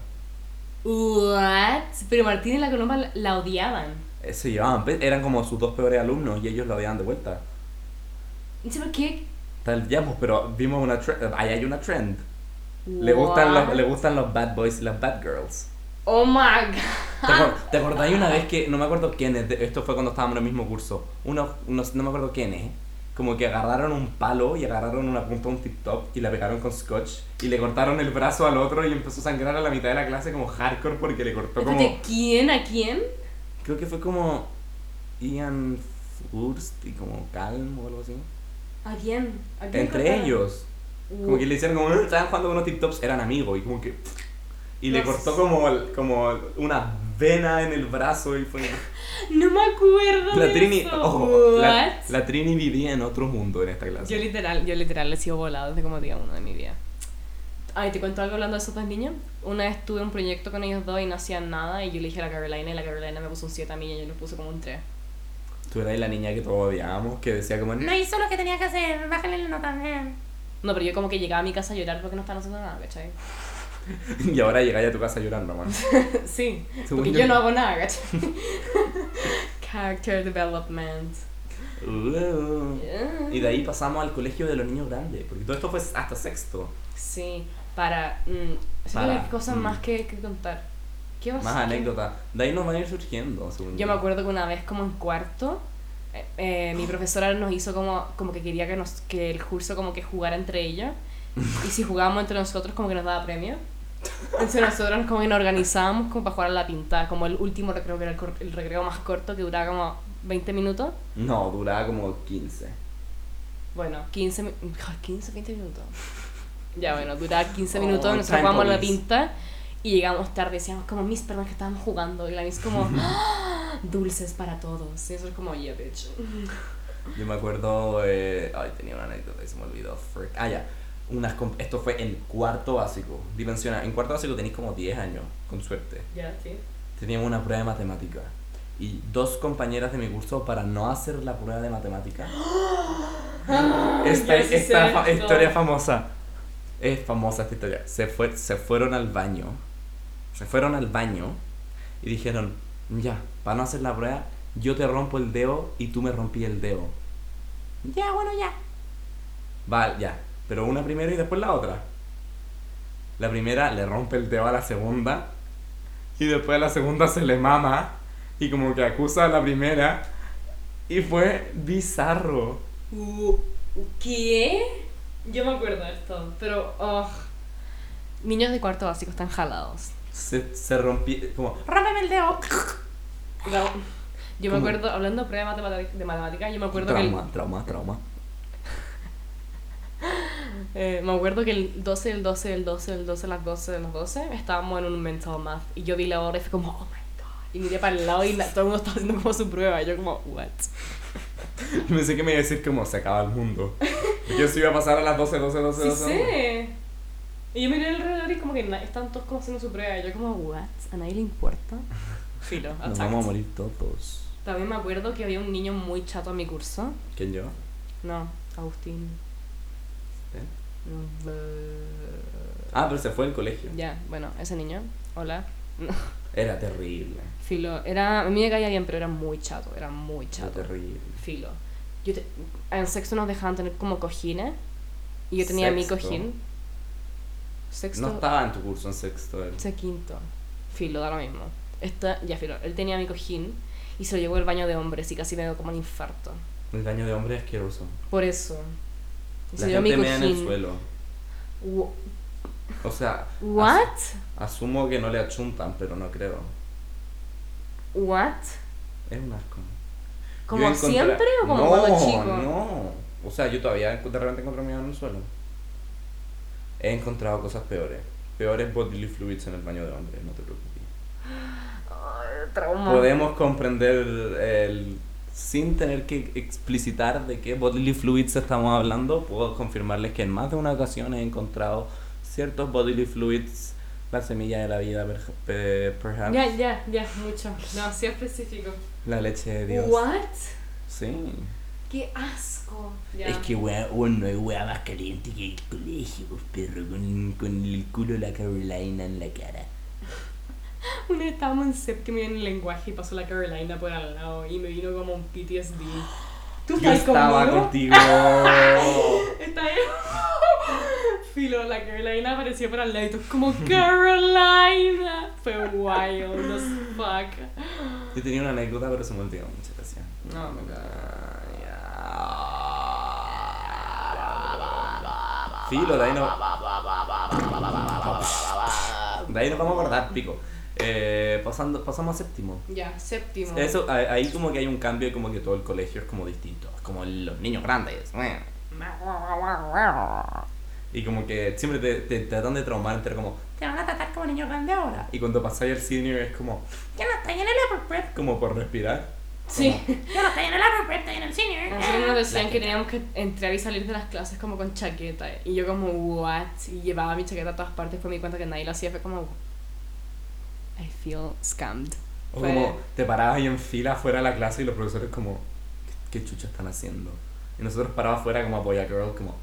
What? Pero Martín y la Colomba la, la odiaban.
Eh, Se llevaban, pe- eran como sus dos peores alumnos y ellos lo habían de vuelta.
No sé por qué.
Tal ya, pues, pero vimos una trend. Ahí hay una trend. Le gustan,
What?
los, le gustan los bad boys y las bad girls.
Oh my god.
¿Te, acor- te acordáis una vez que, no me acuerdo quién es, de- esto fue cuando estábamos en el mismo curso, unos, unos- no me acuerdo quién es, como que agarraron un palo y agarraron una punta de un tip top y la pegaron con scotch y le cortaron el brazo al otro y empezó a sangrar a la mitad de la clase como hardcore porque le
Este
cortó como...
¿De quién a quién?
Creo que fue como Ian Furst y como Calm o algo así.
¿A quién? ¿A quién
Entre
cortaron?
ellos. Como que le hicieron como, "Eh, estaban jugando con unos TikToks, eran amigos y como que... Y le
No
cortó
sé.
como, el- como una vena en el brazo y fue...
No me acuerdo
La
de
Trini,
eso.
ojo, la,
What?
la Trini vivía en otro mundo en esta
Yo
clase.
literal, yo literal he sido volado desde como día uno de mi vida. Ay, te cuento algo hablando de esos dos niños. Una vez tuve un proyecto con ellos dos y no hacían nada y yo le dije a la Carolina y la Carolina me puso un 7 a mí y yo le puse como un 3.
Tú eras la niña que todos odiábamos, que decía como...
No hizo lo que tenía que hacer, bájale la nota. eh.
No, pero yo como que llegaba a mi casa a llorar porque no estaban haciendo nada, ¿cachai?
Y ahora llegáis a tu casa llorando, man.
sí,
Según
porque
yo-
yo no hago nada, ¿cachai? Character development.
Uh.
Yeah.
Y de ahí pasamos al colegio de los niños grandes, porque todo esto fue hasta sexto.
Sí, para... mm, siento que
Para,
hay cosas
mm.
más que, que contar. ¿Qué vas
Más anécdotas. De ahí nos van a ir surgiendo, según
Oh, Yo me acuerdo que una vez como en cuarto, eh, eh, mi profesora nos hizo como, como que quería que, nos, que el curso como que jugara entre ellos. Y si jugábamos entre nosotros como que nos daba premio. Entonces nosotros como que nos organizábamos como para jugar a la pintada, como el último recreo, que era el, cor- el recreo más corto que duraba como 20 minutos.
No, duraba como 15.
Bueno, 15, mi- 15, 20 minutos. Ya bueno, duraba 15
Oh,
minutos, nosotros
time
jugábamos a la
police.
pinta y llegamos tarde, decíamos como, mis perdón que estábamos jugando y la mis como, "Ah, dulces para todos. Y eso es como, yeah, bitch.
Yo me acuerdo. eh, ay, tenía una anécdota y se me olvidó. frick. Ah, ya. Unas comp- esto fue en cuarto básico. Dimensiona. En cuarto básico tenéis como 10 años, con suerte.
Ya, sí.
Teníamos una prueba de matemática. Y dos compañeras de mi curso, para no hacer la prueba de matemática. esta
Ah,
ya sí
esta
sé
fa-
esto.
historia famosa. Es famosa esta historia. Se, fue, se fueron al baño. Se fueron al baño. Y dijeron, ya, para no hacer la prueba, yo te rompo el dedo y tú me rompí el dedo.
Ya, bueno, ya.
Va, ya. Pero una primero y después la otra. La primera le rompe el dedo a la segunda. Y después a la segunda se le mama. Y como que acusa a la primera. Y fue bizarro.
Uh, ¿Qué? Yo me acuerdo de esto, pero. oh,
Niños de cuarto básico están jalados.
Se, se rompió. Como.
Rómpeme el dedo.
La- yo me
¿Cómo?
acuerdo, hablando de prueba de matemática, de matemática, yo me acuerdo que... el-
Trauma, trauma, trauma.
Eh, me acuerdo que el 12, el 12, el 12, el 12, las 12, las 12, estábamos en un mental math y yo vi la hora y fue como, oh my god. Y miré para el lado y la- todo el mundo estaba haciendo como su prueba. Y yo como, what?
Pensé que me iba a decir como se acaba el mundo. Yo se iba a pasar a las 12, 12, 12,
Sí
12.
sé. Y yo miré alrededor y como que na- están todos como haciendo su prueba. Y yo como, what? ¿A nadie le importa? Filo,
Nos
attacked.
vamos a morir todos.
También me acuerdo que había un niño muy chato en mi curso.
¿Quién yo?
No, Agustín.
¿Eh?
Mm, eh,
Ah, pero se fue del colegio.
Ya, bueno, ese niño. Hola.
Era terrible.
Filo, era, a mí me caía bien, pero era muy chato, era muy
Era
chato.
terrible.
Filo. Yo te- en sexto nos dejaban tener como cojines y yo tenía mi
Sexto.
cojín. Sexto,
No estaba en tu curso en sexto. él.
sexto, quinto. Filo, da lo mismo. Esta, ya, filo, él tenía mi cojín y se lo llevó al baño de hombres y casi me dio como un infarto.
El daño de hombre es asqueroso.
Por eso. Y
La
se llevó
gente
mi
mea en el
cojín.
suelo.
Wo-
O sea,
What?
asumo que no le achuntan, pero no creo.
What?
Es un asco.
¿Como
Yo encontré-
siempre o como
no,
cuando chico?
No, o sea, yo todavía de repente encuentro miedo en el suelo. He encontrado cosas peores. Peores bodily fluids en el baño de hombres, no te preocupes.
Ay, trauma.
Podemos comprender el... Sin tener que explicitar de qué bodily fluids estamos hablando, puedo confirmarles que en más de una ocasión he encontrado ciertos bodily fluids, la semilla de la vida, perj- pe- perhaps,
Ya, ya, ya, mucho.
demasiado específico.
la leche de Dios.
What?
Sí.
¡Qué asco! Ya.
Es que wea, bueno, no hay wea más caliente que el colegio, pues, perro, con, con el culo de la Carolina en la cara.
Una vez estábamos en séptimo y en lenguaje y pasó la Carolina por al lado y me vino como un PTSD. ¿Tú
Yo
estás
estaba
conmigo?
contigo.
Está ahí.
Filo, la Carolina apareció por al lado y todos como Carolina. Fue wild as fuck.
Yo tenía una anécdota, pero se me olvidó. Muchas gracias.
No, me
Filo, de ahí no. De ahí nos vamos a acordar, pico. Eh, pasando, pasamos a séptimo.
Ya, séptimo.
Eso, a- ahí como que hay un cambio y como que todo el colegio es como distinto. Es como los niños grandes. Y como que siempre te, te tratan de traumar, entre como...
Te van a tratar como niño grande ahora.
Y cuando pasáis al senior es como...
Ya no estoy en el upper prep.
Como por respirar.
Sí.
Ya no estoy en el upper prep, estoy en el eh. senior.
Nosotros nos decían que teníamos que entrar y salir de las clases como con chaqueta. Y yo como, what? Y llevaba mi chaqueta a todas partes. Por mi cuenta que nadie lo hacía. Fue como, I feel scammed.
O
Fue-
como te parabas ahí en fila fuera de la clase y los profesores como, ¿qué, qué chucha están haciendo? Y nosotros parados fuera como Apoya Girl, como,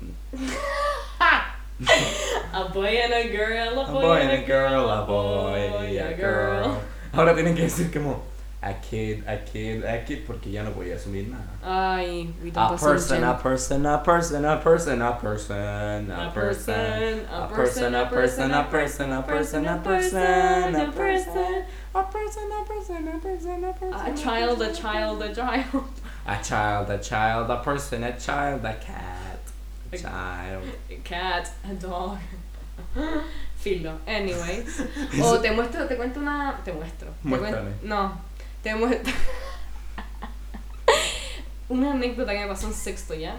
Apoyan a girl,
Apoya
apoyan
a girl, Apoya Girl. Ahora tienen que decir como, a kid, a kid, a kid, porque ya no voy a asumir nada.
Ay, we don't
A
assume
person,
gen-
a person, a person, a person, a person, a person. A person, a person, a person, a person, a person, a person, a person, a person, a person, a person.
A child, a child, a child.
A child, a child, a person, a child, a cat. A
A-
child.
A cat, a dog. Filo. Anyways. O te muestro, te cuento una. Te muestro. Te cuen-
Muéstrame.
no. Te muestro. una anécdota que me pasó en sexto ya.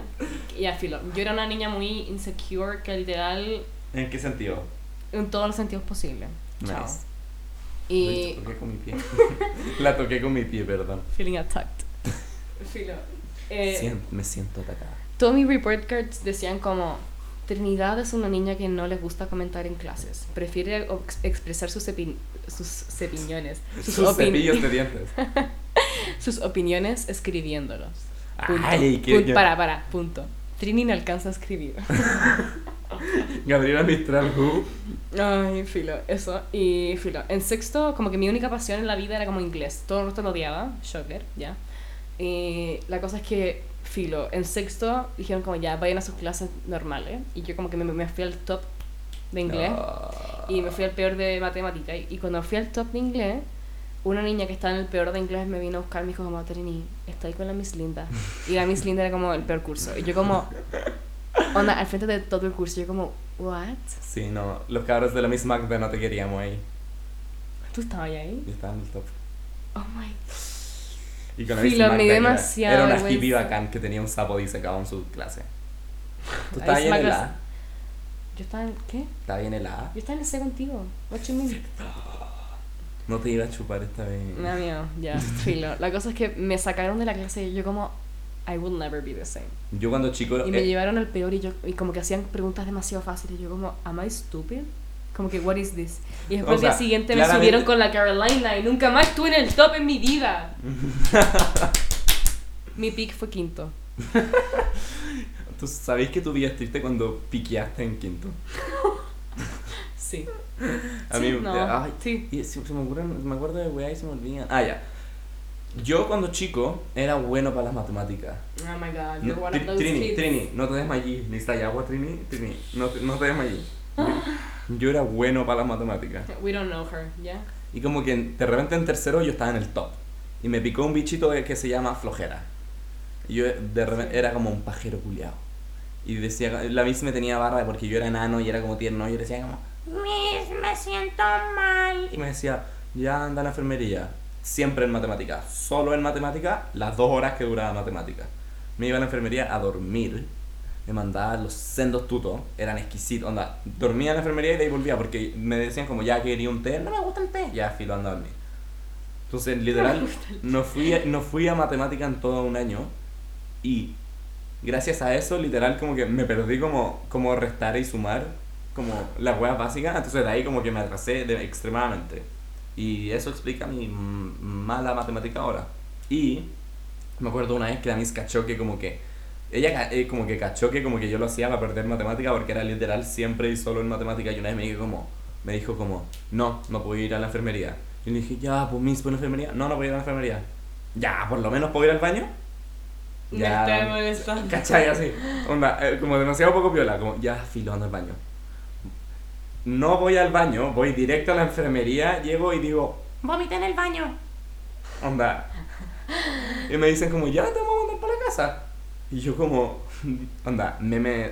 Ya, filo. Yo era una niña muy insecure que literal.
¿En qué sentido?
En todos los sentidos posibles. Chao.
Nice.
Y.
La toqué con mi pie. La toqué con mi pie, perdón.
Feeling attacked. Filo. Eh,
Sien- me pues. siento atacada.
Todos mis report cards decían como Trinidad es una niña que no le gusta comentar en clases. Prefiere o- ex- expresar sus, epi- sus opiniones. Sus,
Sus
opin-
cepillos de dientes.
sus opiniones escribiéndolos. Punto.
Ay,
Pun-
que, que-
Para, para, punto. Trini no alcanza a escribir.
Gabriela Mistral Who.
Ay, filo, eso. Y filo. En sexto, como que mi única pasión en la vida era como inglés. Todo el resto lo odiaba. Shocker, ya. Y la cosa es que, filo, en sexto dijeron como ya, vayan a sus clases normales. Y yo como que me, me fui al top de inglés. Y me fui al peor de matemática. Y, y cuando fui al top de inglés, una niña que estaba en el peor de inglés me vino a buscar. Me dijo como, Trini, estoy con la Miss Linda. Y la Miss Linda era como el peor curso. Y yo como, onda, al frente de todo el curso, yo como, what?
Sí, no. Los cabros de la Miss Magda no te queríamos ahí.
¿Tú estabas ahí?
Yo estaba en el top.
Oh my
Y con la
Filo,
Miss
me
Magda,
dio
que era-
demasiada
Era una
vergüenza.
hippie bacán que tenía un sapo disecado en su clase.
Ahí
Tú estabas
se
ahí en
me
el
aclas-
A.
Yo estaba en. ¿Qué?
Estabas ahí en el A.
Yo estaba en el C contigo. What you mean?
No te iba a chupar esta vez.
Me da miedo, ya, filo. La cosa es que me sacaron de la clase y yo, como, I will never be the same.
Yo cuando chico...
Y me
eh,
llevaron al peor y yo, y como que hacían preguntas demasiado fáciles. Y yo, como, ¿am I stupid? Como que, ¿what is this? Y después
O
al día
sea,
siguiente me
claramente-
subieron con la Carolina y nunca más estuve en el top en mi vida. mi pick fue quinto.
¿Tú sabéis que tu vida es triste cuando piqueaste en quinto?
Sí.
A
Sí,
mí
no.
ay,
Sí.
y se, se me ocurren, me acuerdo de weá y se me olvidan. Ah, ya. Yo cuando chico era bueno para las matemáticas.
Oh my god,
No,
you're one
Tri-
of those
Trini,
kids.
Trini, no te desmayí. Necesitas agua, Trini. Trini, no te, no te desmayí. Yo, yo era bueno para las matemáticas.
We don't know her, ¿ya?
Y como que en- de repente en tercero yo estaba en el top. Y me picó un bichito de- que se llama flojera. Y yo de repente era como un pajero culiado. Y decía, la misma me tenía barba porque yo era enano y era como tierno. Y yo decía como,
Miss, me siento mal.
y me decía, ya anda a la enfermería. Siempre en matemática, solo en matemática, las dos horas que duraba matemática. Me iba a la enfermería a dormir. Me mandaba los sendos tutos, eran exquisitos. Onda, dormía en la enfermería y de ahí volvía porque me decían, como ya quería un té, no me gusta el té. Ya filo anda a dormir. Entonces, literal, no fui, a- no fui a matemática en todo un año y gracias a eso, literal, como que me perdí como, como restar y sumar, como las huevas básicas, entonces de ahí como que me atrasé de- extremadamente. Y eso explica mi m- mala matemática ahora. Y me acuerdo una vez que la Miss cachó que como que, ella ca- eh, como que cachó que como que yo lo hacía para perder matemática porque era literal siempre y solo en matemática y una vez me dijo como, me dijo como, no, no puedo ir a la enfermería. Y le dije, ya, pues Miss, ¿puedo ir a la enfermería? No, no puedo ir a la enfermería. Ya, por lo menos puedo ir al baño.
Me
Ya,
está molestando.
¿Cachai? Así. Onda, eh, como demasiado poco piola, como ya filo ando al baño. no voy al baño, voy directo a la enfermería, llego y digo,
Vomité en el baño.
onda. Y me dicen como, ya te vamos a mandar para la casa. Y yo como, onda, meme,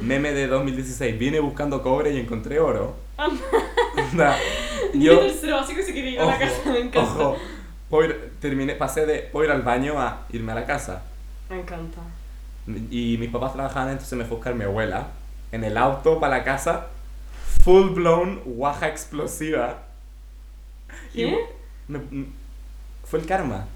meme de 2016, vine buscando cobre y encontré oro. Onda,
Yo.
yo,
tercero básico se quiere ir a la casa, me
ojo,
encanta.
ojo, puedo ir- terminé, pasé de, puedo ir al baño a irme a la casa.
Me encanta.
Y mis papás trabajaban, entonces me fue a buscar mi abuela en el auto para la casa, full blown guaja explosiva. Y
¿Qué?
me- me- fue el karma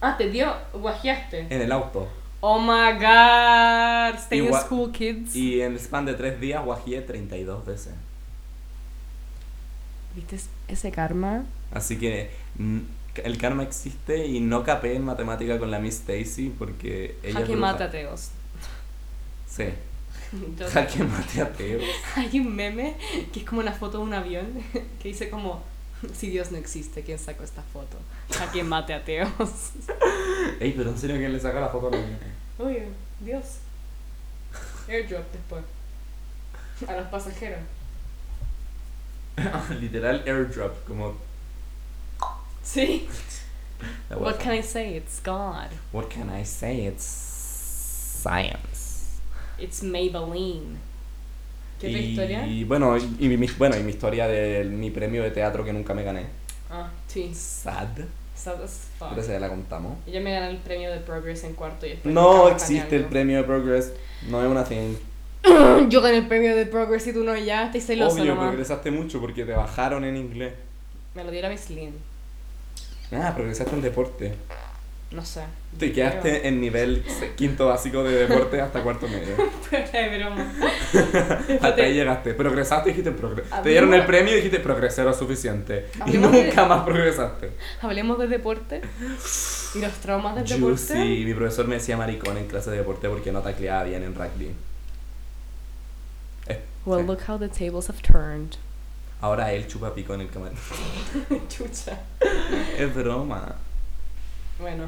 Ah, te dio, guajeaste.
en el auto.
Oh my god, stay in
Igual-
school kids.
Y en el span de tres días guajeé 32 veces.
¿Viste ese karma?
Así que mm, el karma existe y no capé en matemática con la Miss Stacy porque ella. es
Jaque
bruja.
mata, Teos.
Sí.
Yo-
Jaque mate a Teo.
Hay un meme que es como una foto de un avión que dice como si Dios no existe, ¿quién sacó esta foto? ¿A quién mate ateos?
Ey, pero en serio, ¿quién le saca la foto a la niña?
Uy, Dios. Airdrop después. A los pasajeros.
Ah, Literal airdrop, como.
Sí.
La
What
guaja.
can I say? It's God.
What can I say? It's science.
It's Maybelline. ¿Qué otra historia?
Y bueno, y, y mi, bueno, y mi historia de mi premio de teatro que nunca me gané.
Ah, sí.
Sad.
Sad as fuck.
Pero esa ya la contamos.
Yo me gané el premio de Progress en cuarto y después
No
nunca
existe
gané
el
algo.
premio de Progress. No es una thing.
Yo gané el premio de Progress y tú no ya. Estoy celoso
Obvio,
nomás.
progresaste mucho porque te bajaron en inglés.
Me lo diera Miss Lynn.
Ah, progresaste en deporte.
No sé.
Te quedaste en nivel se- quinto básico de deporte hasta cuarto medio.
Fuera de broma.
Hasta ahí llegaste. Progresaste y dijiste progreso. Te
Hablemos-
dieron el premio y dijiste progresé lo suficiente. Y
Hablemos de-
nunca más progresaste.
Hablemos de deporte.
¿Y los traumas del deporte?
Juicy. Mi profesor me decía maricón en clase de deporte porque no tacleaba bien en rugby. Eh,
Well,
sí.
look how the tables have turned.
Ahora él chupa pico en el camarín.
Chucha.
es broma.
Bueno.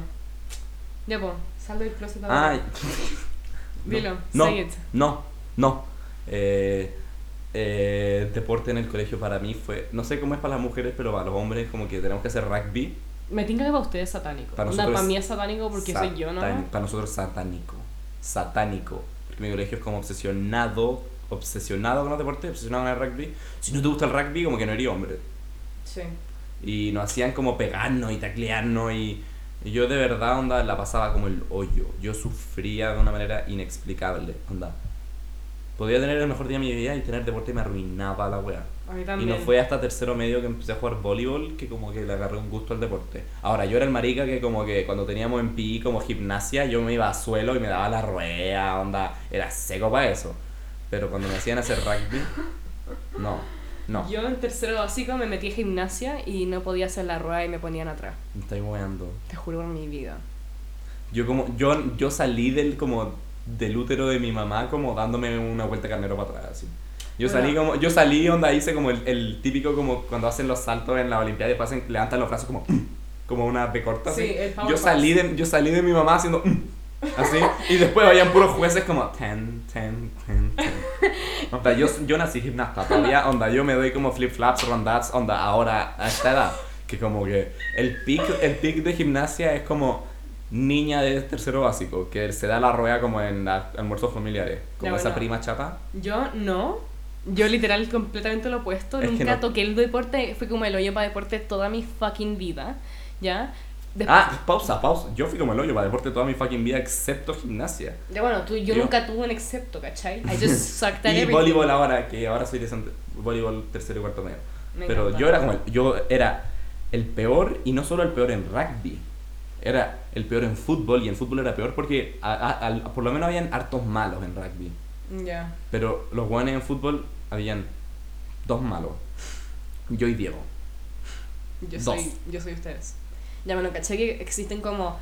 Ya, pues, sal del closet ahora.
Ay.
Dilo,
no,
say it.
No, no. Eh, eh, deporte en el colegio para mí fue. No sé cómo es para las mujeres, pero para los hombres, como que tenemos que hacer rugby.
Me tinca que para ustedes es satánico.
Para
Onda,
nosotros
para
es
mí es satánico Oh, porque soy yo, ¿no?
Satán- Para nosotros satánico. Satánico. Porque mi colegio es como obsesionado, obsesionado con los deportes, obsesionado con el rugby. Si no te gusta el rugby, como que no eres hombre.
Sí.
Y nos hacían como pegarnos y taclearnos y, y yo de verdad, onda, la pasaba como el hoyo. Yo sufría de una manera inexplicable, onda. Podía tener el mejor día de mi vida y tener deporte me arruinaba la wea.
A mí
Y
también.
no fue hasta tercero medio que empecé a jugar voleibol que como que le agarré un gusto al deporte. Ahora, yo era el marica que como que cuando teníamos en PI como gimnasia, yo me iba a suelo y me daba la rueda, onda, era seco para eso. Pero cuando me hacían hacer rugby, no, no.
Yo en tercero básico me metí a gimnasia y no podía hacer la rueda y me ponían atrás.
Me estoy weando.
Te juro por mi vida.
Yo como yo, yo salí del como del útero de mi mamá como dándome una vuelta de carnero para atrás así. Yo
Bueno.
salí como yo salí onda hice como el, el típico como cuando hacen los saltos en la olimpiada y después hacen- levantan los brazos como como una P corta así.
Sí, el power
yo
pass.
salí de yo salí de mi mamá haciendo así y después habían puros jueces como ten ten ten. ten. Onda, yo, yo nací gimnasta todavía, onda, yo me doy como flip-flaps, rondats, onda, ahora, a esta edad, que como que el pic, el pic de gimnasia es como niña de tercero básico, que se da la rueda como en la- almuerzos familiares, como
Ya,
esa
bueno.
prima chata.
Yo no. Yo literal completamente lo opuesto.
Es que
Nunca
no-
toqué el deporte. Fui como el hoyo para deporte toda mi fucking vida. ¿Ya? Después-
Ah, pausa, pausa, yo fui como el hoyo para deporte toda mi fucking vida, excepto gimnasia.
Ya, bueno, tú, yo,
Yo-
nunca tuve un excepto, ¿cachai? I just sucked at
Y
everything.
voleibol ah, ahora, que ahora soy de Sant- voleibol tercero y cuarto medio.
Me
Pero
encanta.
yo era como el, yo era el peor y no solo el peor en rugby. Era el peor en fútbol y en fútbol era peor porque a- a- al- por lo menos habían hartos malos en rugby.
Ya.
Pero los buenos en fútbol habían dos malos. Yo y Diego.
Yo
Dos.
soy, yo soy ustedes. Ya, bueno, caché que existen como.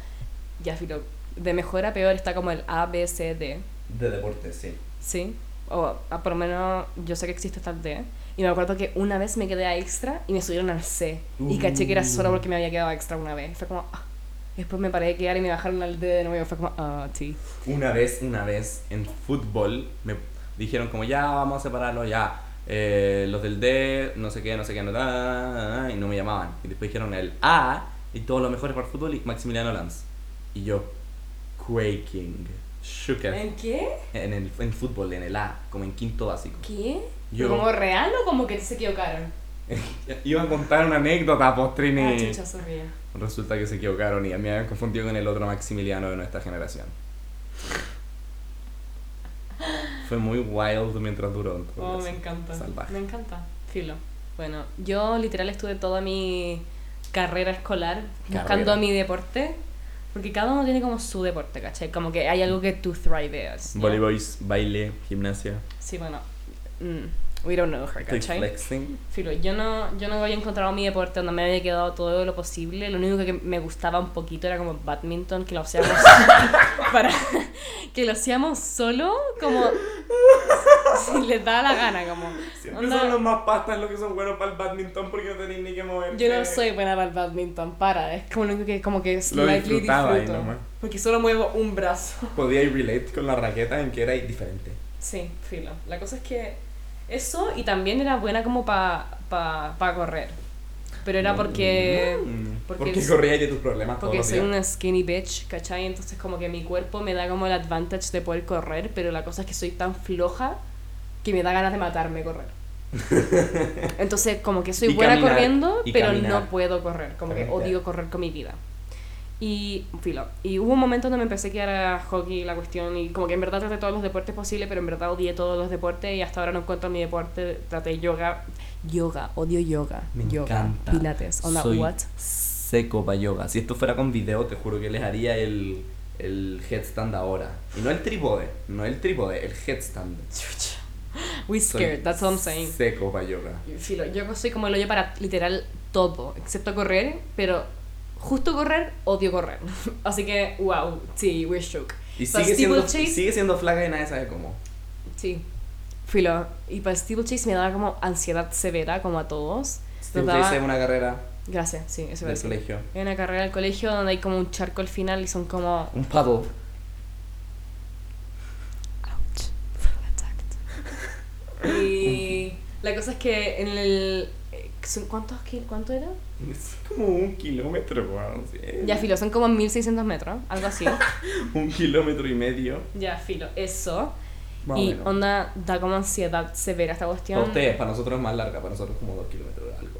Ya, filo. De mejor a peor está como el A, B, C, D.
De deporte, sí.
¿Sí? O ah, por lo menos yo sé que existe hasta el D. Y me acuerdo que una vez me quedé a extra y me subieron al C.
Uh.
Y caché que era solo porque me había quedado a extra una vez. Fue como. ah. Después me paré de quedar y me bajaron al D de nuevo. Fue como. Ah, sí.
Una vez, una vez en fútbol me dijeron como ya vamos a separarlo ya. eh, los del D, no sé qué, no sé qué, no, da, da, da, da, y no me llamaban. Y después dijeron el A y todos los mejores para el fútbol y Maximiliano Lanz. Y yo, quaking, shook en,
¿En qué?
el, en fútbol, en el A, como en quinto básico.
¿Qué?
Yo-
¿Como real o como que se equivocaron?
Iba a contar una anécdota, pues,
Ah,
postrini.
chucha, sorry.
Resulta que se equivocaron y me habían confundido con el otro Maximiliano de nuestra generación. Fue muy wild mientras duró. en todo
Oh,
caso.
me encanta.
Salvaje.
Me encanta. Filo. Bueno, yo literal estuve toda mi carrera escolar buscando
Carrera.
mi deporte. Porque cada uno tiene como su deporte, ¿cachai? Como que hay algo que tú thrives. ¿no?
Voleibols, baile, gimnasia.
Sí, bueno. mm, we don't know her,
Estoy
¿cachai?
flexing.
Filo, yo no, yo no había encontrado mi deporte donde me había quedado todo lo posible. Lo único que me gustaba un poquito era como badminton, que lo hacíamos para que lo hacíamos solo, como si les da la gana, como. onda,
más pastas los que son buenos para el badminton porque no tenéis ni que mover.
yo no soy buena para el badminton, para. Es como lo único que como que slightly
disfrutaba ahí
disfruto.
nomás.
Porque solo muevo un brazo.
Podíais relate con la raqueta en que era diferente.
Sí, filo. La cosa es que eso y también era buena como para pa, pa correr. Pero
Mm.
era porque porque
Porque,
es-
corríais de tus problemas todos
Porque
los
soy
días.
una skinny bitch, ¿cachai? Entonces como que mi cuerpo me da como el advantage de poder correr, pero la cosa es que soy tan floja que me da ganas de matarme correr. Entonces como que soy
Y
buena
caminar,
corriendo,
y
pero
caminar.
no puedo correr, como que
Caminar.
odio correr con mi vida. Y filo, y hubo un momento donde me empecé a quedar a hockey la cuestión y como que en verdad traté todos los deportes posibles, pero en verdad odié todos los deportes y hasta ahora no encuentro mi deporte, traté yoga, yoga, odio yoga,
Me
yoga,
encanta.
pilates, onda
Soy
what?
Seco para yoga. Si esto fuera con video, te juro que les haría el, el headstand ahora. Y no el trípode, no el trípode, el headstand.
We
Soy
scared, that's all I'm saying.
Seco para yoga.
Filo, yo soy como el hoyo para literal todo, excepto correr, pero justo correr, odio correr. Así que, wow, sí, we're shook.
Y
Para
sigue siendo,
steeplechase-
sigue siendo flaca y nadie sabe cómo.
Sí. Filo, y para Steeplechase me daba como ansiedad severa, como a todos. Nos daba-
Steeplechase es una carrera
Gracias, sí, eso iba a decir.
del colegio.
Hay una carrera del colegio donde hay como un charco al final y son como...
Un paddle.
Ouch. Y la cosa es que en el... eh, ¿son ¿Cuántos? ki- ¿Cuánto era?
Es como un kilómetro, weón, sí.
Ya, filo, son como 1600 metros, algo así.
Un kilómetro y medio.
Ya, filo, eso.
Más o
y
menos.
onda, da como ansiedad severa esta cuestión.
Para ustedes, para nosotros es más larga, para nosotros como dos kilómetros algo.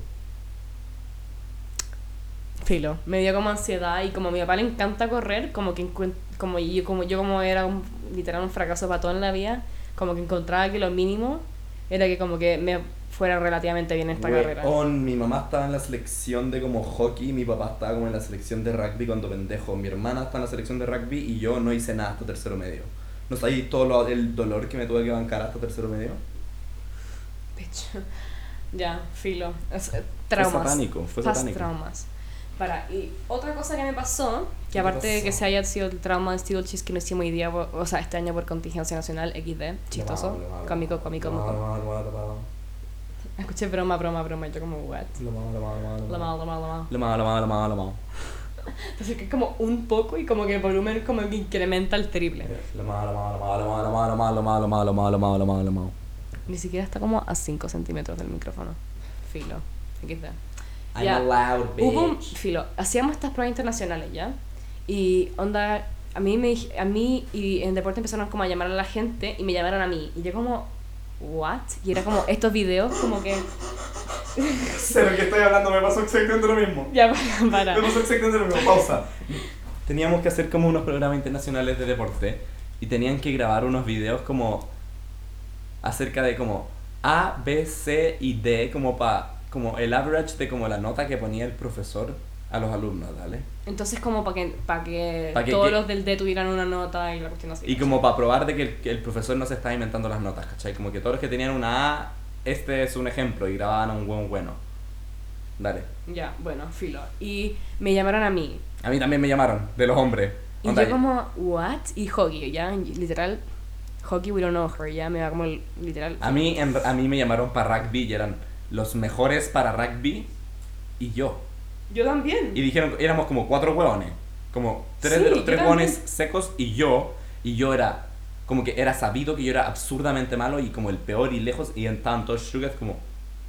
Filo, me dio como ansiedad y como a mi papá le encanta correr, como que encuen- como yo como, yo como era un, literal un fracaso para todo en la vida, como que encontraba que lo mínimo era que como que me fuera relativamente bien esta carrera.
Weón, oh, mi mamá estaba en la selección de como hockey, mi papá estaba como en la selección de rugby cuando pendejo, mi hermana está en la selección de rugby y yo no hice nada hasta tercero medio. ¿No sabéis todo lo- el dolor que me tuve que bancar hasta tercero medio?
Bitch. Ya, filo. Es- eh, traumas.
satánico, fue
Past
satánico.
traumas. Para, y otra cosa que me pasó,
¿Qué
que aparte de
pasó?
que se haya sido el trauma de Steel Cheese que no hicimos hoy día, por- o sea, este año por contingencia nacional, XD, chistoso,
Lo malo, lo malo,
cómico, cómico,
lo
cómico.
malo, lo malo, lo malo,
Escuché broma, broma, broma, yo como, what?
lo malo, lo malo, lo malo,
Lo malo, lo malo, lo malo.
Lo malo, lo malo, lo malo, lo malo.
Entonces que es como un poco y como que el volumen como que incrementa al triple.
Lo malo, lo malo, lo malo, lo malo, lo malo, lo malo, lo malo, lo malo, lo malo, lo malo.
Ni siquiera está como a 5 centímetros del micrófono. Filo. Aquí está.
I'm
Ya.
a loud bitch.
Hubo un filo. Hacíamos estas pruebas internacionales ya. Y onda, a mí, me, dij- a mí y en deporte empezaron como a llamar a la gente y me llamaron a mí. Y yo como, what? Y era como estos videos como que...
Sé lo que estoy hablando, me pasó exactamente lo mismo.
Ya, para, para.
Vamos exactamente lo mismo. Pausa. Teníamos que hacer como unos programas internacionales de deporte y tenían que grabar unos videos como acerca de como A, B, C y D como pa como el average de como la nota que ponía el profesor a los alumnos, ¿vale?
Entonces como para que, para que,
Pa' que-
todos
que-
los del D tuvieran una nota y la cuestión así.
Y como para probar de que el, que el profesor no se estaba inventando las notas, ¿cachai? Como que todos los que tenían una A, este es un ejemplo y grababan a un buen bueno. Dale.
Ya, bueno, filo. Y me llamaron a mí.
A mí también me llamaron, de los hombres.
Y
Onda,
yo como, what? Y hockey, ya, literal, hockey we don't know her, ya, me da como el- literal.
A mí, en- a mí me llamaron para rugby y eran los mejores para rugby y yo.
Yo también.
Y dijeron, éramos como cuatro hueones. Como tres
Sí,
de los
yo
tres
también.
hueones secos y yo. Y yo era como que era sabido que yo era absurdamente malo y como el peor y lejos y en tanto Sugar como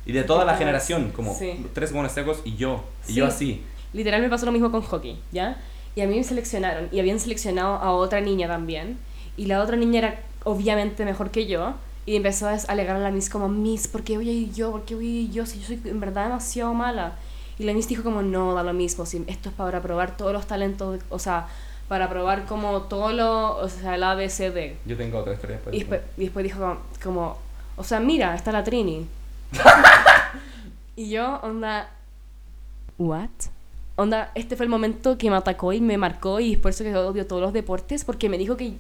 y de toda la
Sí.
generación como
Sí.
tres buenos secos y yo y
Sí.
yo así
Literal me pasó lo mismo con hockey, ¿ya? Y a mí me seleccionaron y habían seleccionado a otra niña también. Y la otra niña era obviamente mejor que yo. Y empezó a alegar a la Miss como, Miss, ¿por qué voy a ir yo? ¿Por qué voy a ir yo? Si yo soy en verdad demasiado mala. Y la Miss dijo como, no, da lo mismo. Si esto es para probar todos los talentos, o sea, para probar como todo lo, o sea, el ABCD.
yo tengo otra historia después,
Y después, y después dijo como, como, o sea, mira, está la Trini. y yo, onda, ¿what? Onda, este fue el momento que me atacó y me marcó y es por eso que odio todos los deportes porque me dijo que,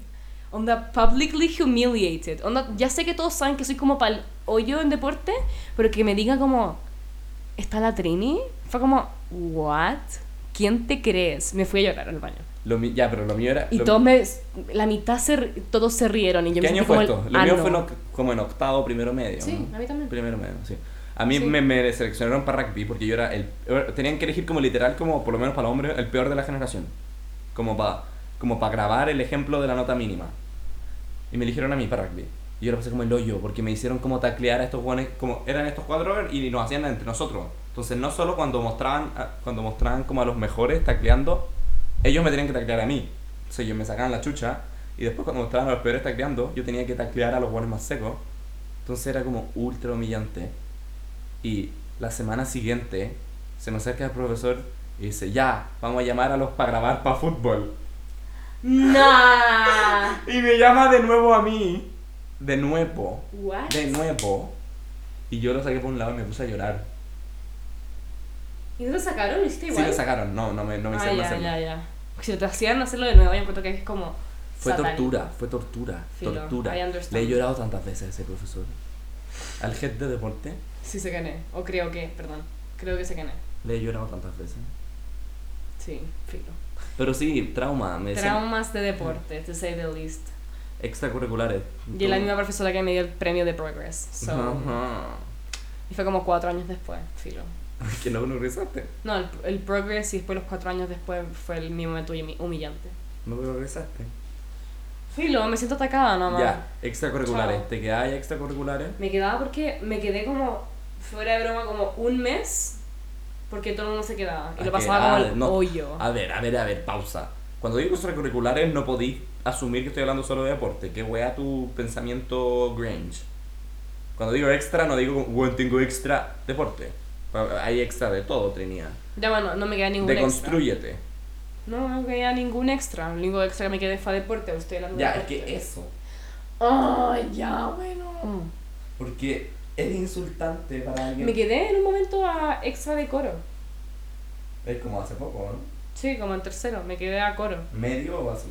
onda, publicly humiliated. Onda, ya sé que todos saben que soy como pal hoyo en deporte, pero que me diga como, ¿está la Trini? Fue como, ¿what? ¿Quién te crees? Me fui a llorar al baño.
Lo mi- ya pero lo mío era
Y
lo-
todos me, la mitad se, ri- todos se rieron y yo me
¿Qué año
sentí
fue
como
esto?
el
Lo mío
ano.
fue en oc- como en octavo, primero medio.
Sí,
¿no?
a mí también.
Primero medio, sí. A mí
Sí.
Me, me seleccionaron para rugby porque yo era el. Tenían que elegir como literal, como por lo menos para los hombres, el peor de la generación. Como para como para grabar el ejemplo de la nota mínima. Y me eligieron a mí para rugby. Y yo lo pasé como el hoyo porque me hicieron como taclear a estos guanes. Como eran estos cuatro y nos hacían entre nosotros. Entonces, no solo cuando mostraban, a- cuando mostraban como a los mejores tacleando, ellos me tenían que taclear a mí. Entonces ellos me sacaban la chucha y después cuando mostraban a los peores tacleando, yo tenía que taclear a los buenos más secos. Entonces era como ultra humillante. Y la semana siguiente se me acerca el profesor y dice, ya, vamos a llamar a los para grabar para fútbol.
Nah.
Y me llama de nuevo a mí. De nuevo.
What?
De nuevo. Y yo lo saqué por un lado y me puse a llorar.
¿Y no lo sacaron? ¿Lo hiciste
Sí
igual?
me sacaron, no, no me, no me
ah,
hicieron
ya,
hacerlo.
ya, ya. Si te hacían hacerlo de nuevo, yo encuentro que es como.
Fue
satánico.
tortura, fue tortura,
Filo,
tortura.
I understand.
Le he llorado tantas veces a ese profesor. Al jefe de deporte
Sí, se gané. O creo que, perdón. Creo que se gané.
le he llorado tantas veces.
Sí, filo.
Pero sí, trauma, me decían
Traumas de deporte, to say the least.
extracurriculares.
Y es la misma profesora que me dio el premio de Progress. So,
Ajá.
Y fue como cuatro años después, filo.
Que no progresaste.
No, el, el Progress y después los cuatro años después fue el, mi momento humi- humillante.
No progresaste.
Filo, me siento atacada nomás.
Ya, extracurriculares.
Chao.
¿Te quedas extracurriculares?
Me quedaba porque me quedé como, fuera de broma, como un mes porque todo el mundo se quedaba. Y lo
Ah, que-
pasaba como
ah,
el
no.
hoyo.
A ver, a ver, a ver, pausa. Cuando digo extracurriculares no podí asumir que estoy hablando solo de deporte. Que wea tu pensamiento Grange. Cuando digo extra no digo, bueno, tengo extra deporte. Hay extra de todo, Trinidad.
Ya bueno, no me queda ningún extra.
Deconstrúyete.
No, no me queda ningún extra. El único extra que me quedé fue deporte, pero estoy hablando
Ya,
de
es Mm.
deporte.
que eso.
Ay, ya, bueno.
Porque es insultante para alguien.
Me quedé en un momento a extra de coro.
Es como hace poco, ¿no?
Sí, como en tercero, me quedé a coro,
Medio o hace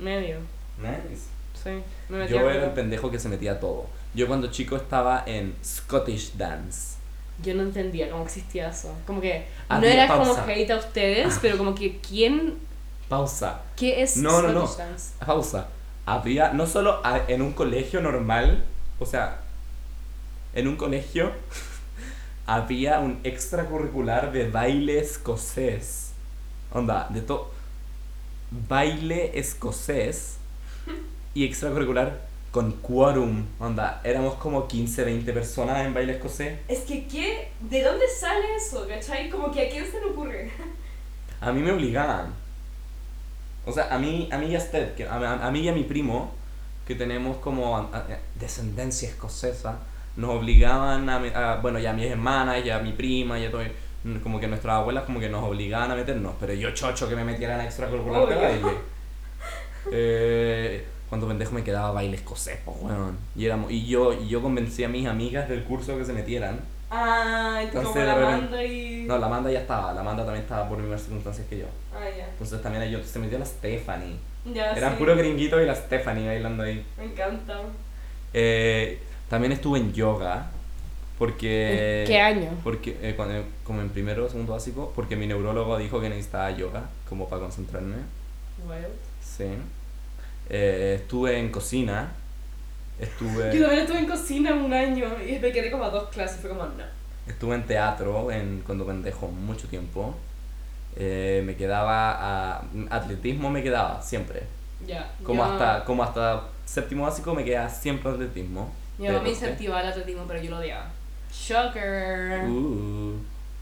medio.
Nice.
Sí, me metí a
Yo
coro.
era el pendejo que se metía a todo. Yo cuando chico estaba en Scottish Dance.
Yo no entendía cómo existía eso. Como que no
Había
era
pausa. Ah.
como hate a ustedes, pero como que quién
Pausa.
qué es
No, no,
Scottish
no.
Dance?
Pausa. Había, no solo a- en un colegio normal, o sea, en un colegio había un extracurricular de baile escocés. Onda, de todo. Baile escocés y extracurricular con quórum. Onda, éramos como 15, 20 personas en baile escocés.
Es que qué ¿de dónde sale eso? ¿Cachai? Como que a quién se le ocurre.
A mí me obligaban. O sea, a mí, a mí y a Steph, que a, a- a mí y a mi primo, que tenemos como a- a- descendencia escocesa, nos obligaban a, me- a- bueno, y a mis hermanas, y a mi prima, y a todo, mm, como que nuestras abuelas como que nos obligaban a meternos, pero yo chocho que me metieran a extracurricular de
Obvio.
baile. Eh, cuando pendejo me quedaba baile escocés, pues, weón. Y, éramos, y, yo, y yo convencí a mis amigas del curso que se metieran.
Ay,
No
como
sé,
la
pero-
mando y.
No, la Amanda ya estaba, la Amanda también estaba por mismas circunstancias que yo.
Ah, ya.
Entonces también yo, se metió la Stephanie.
Ya,
Ah,
Eran
sí.
puro gringuito y la Stephanie bailando ahí.
Me encanta.
Eh, también estuve en yoga. Porque.
¿Qué año?
Porque, eh, cuando- como en primero o segundo básico, porque mi neurólogo dijo que necesitaba yoga, como para concentrarme.
Wild.
Sí. Eh, estuve en cocina.
Yo
Estuve,
también estuve en cocina un año y me quedé como a dos clases, fue como no.
estuve en teatro en, cuando pendejo mucho tiempo. Eh, me quedaba a, atletismo me quedaba siempre.
Ya.
Como
yo-
hasta, como hasta séptimo básico me queda siempre atletismo.
Mi mamá me
deporte.
incentivaba al atletismo, pero yo lo odiaba. Shocker.
Uh.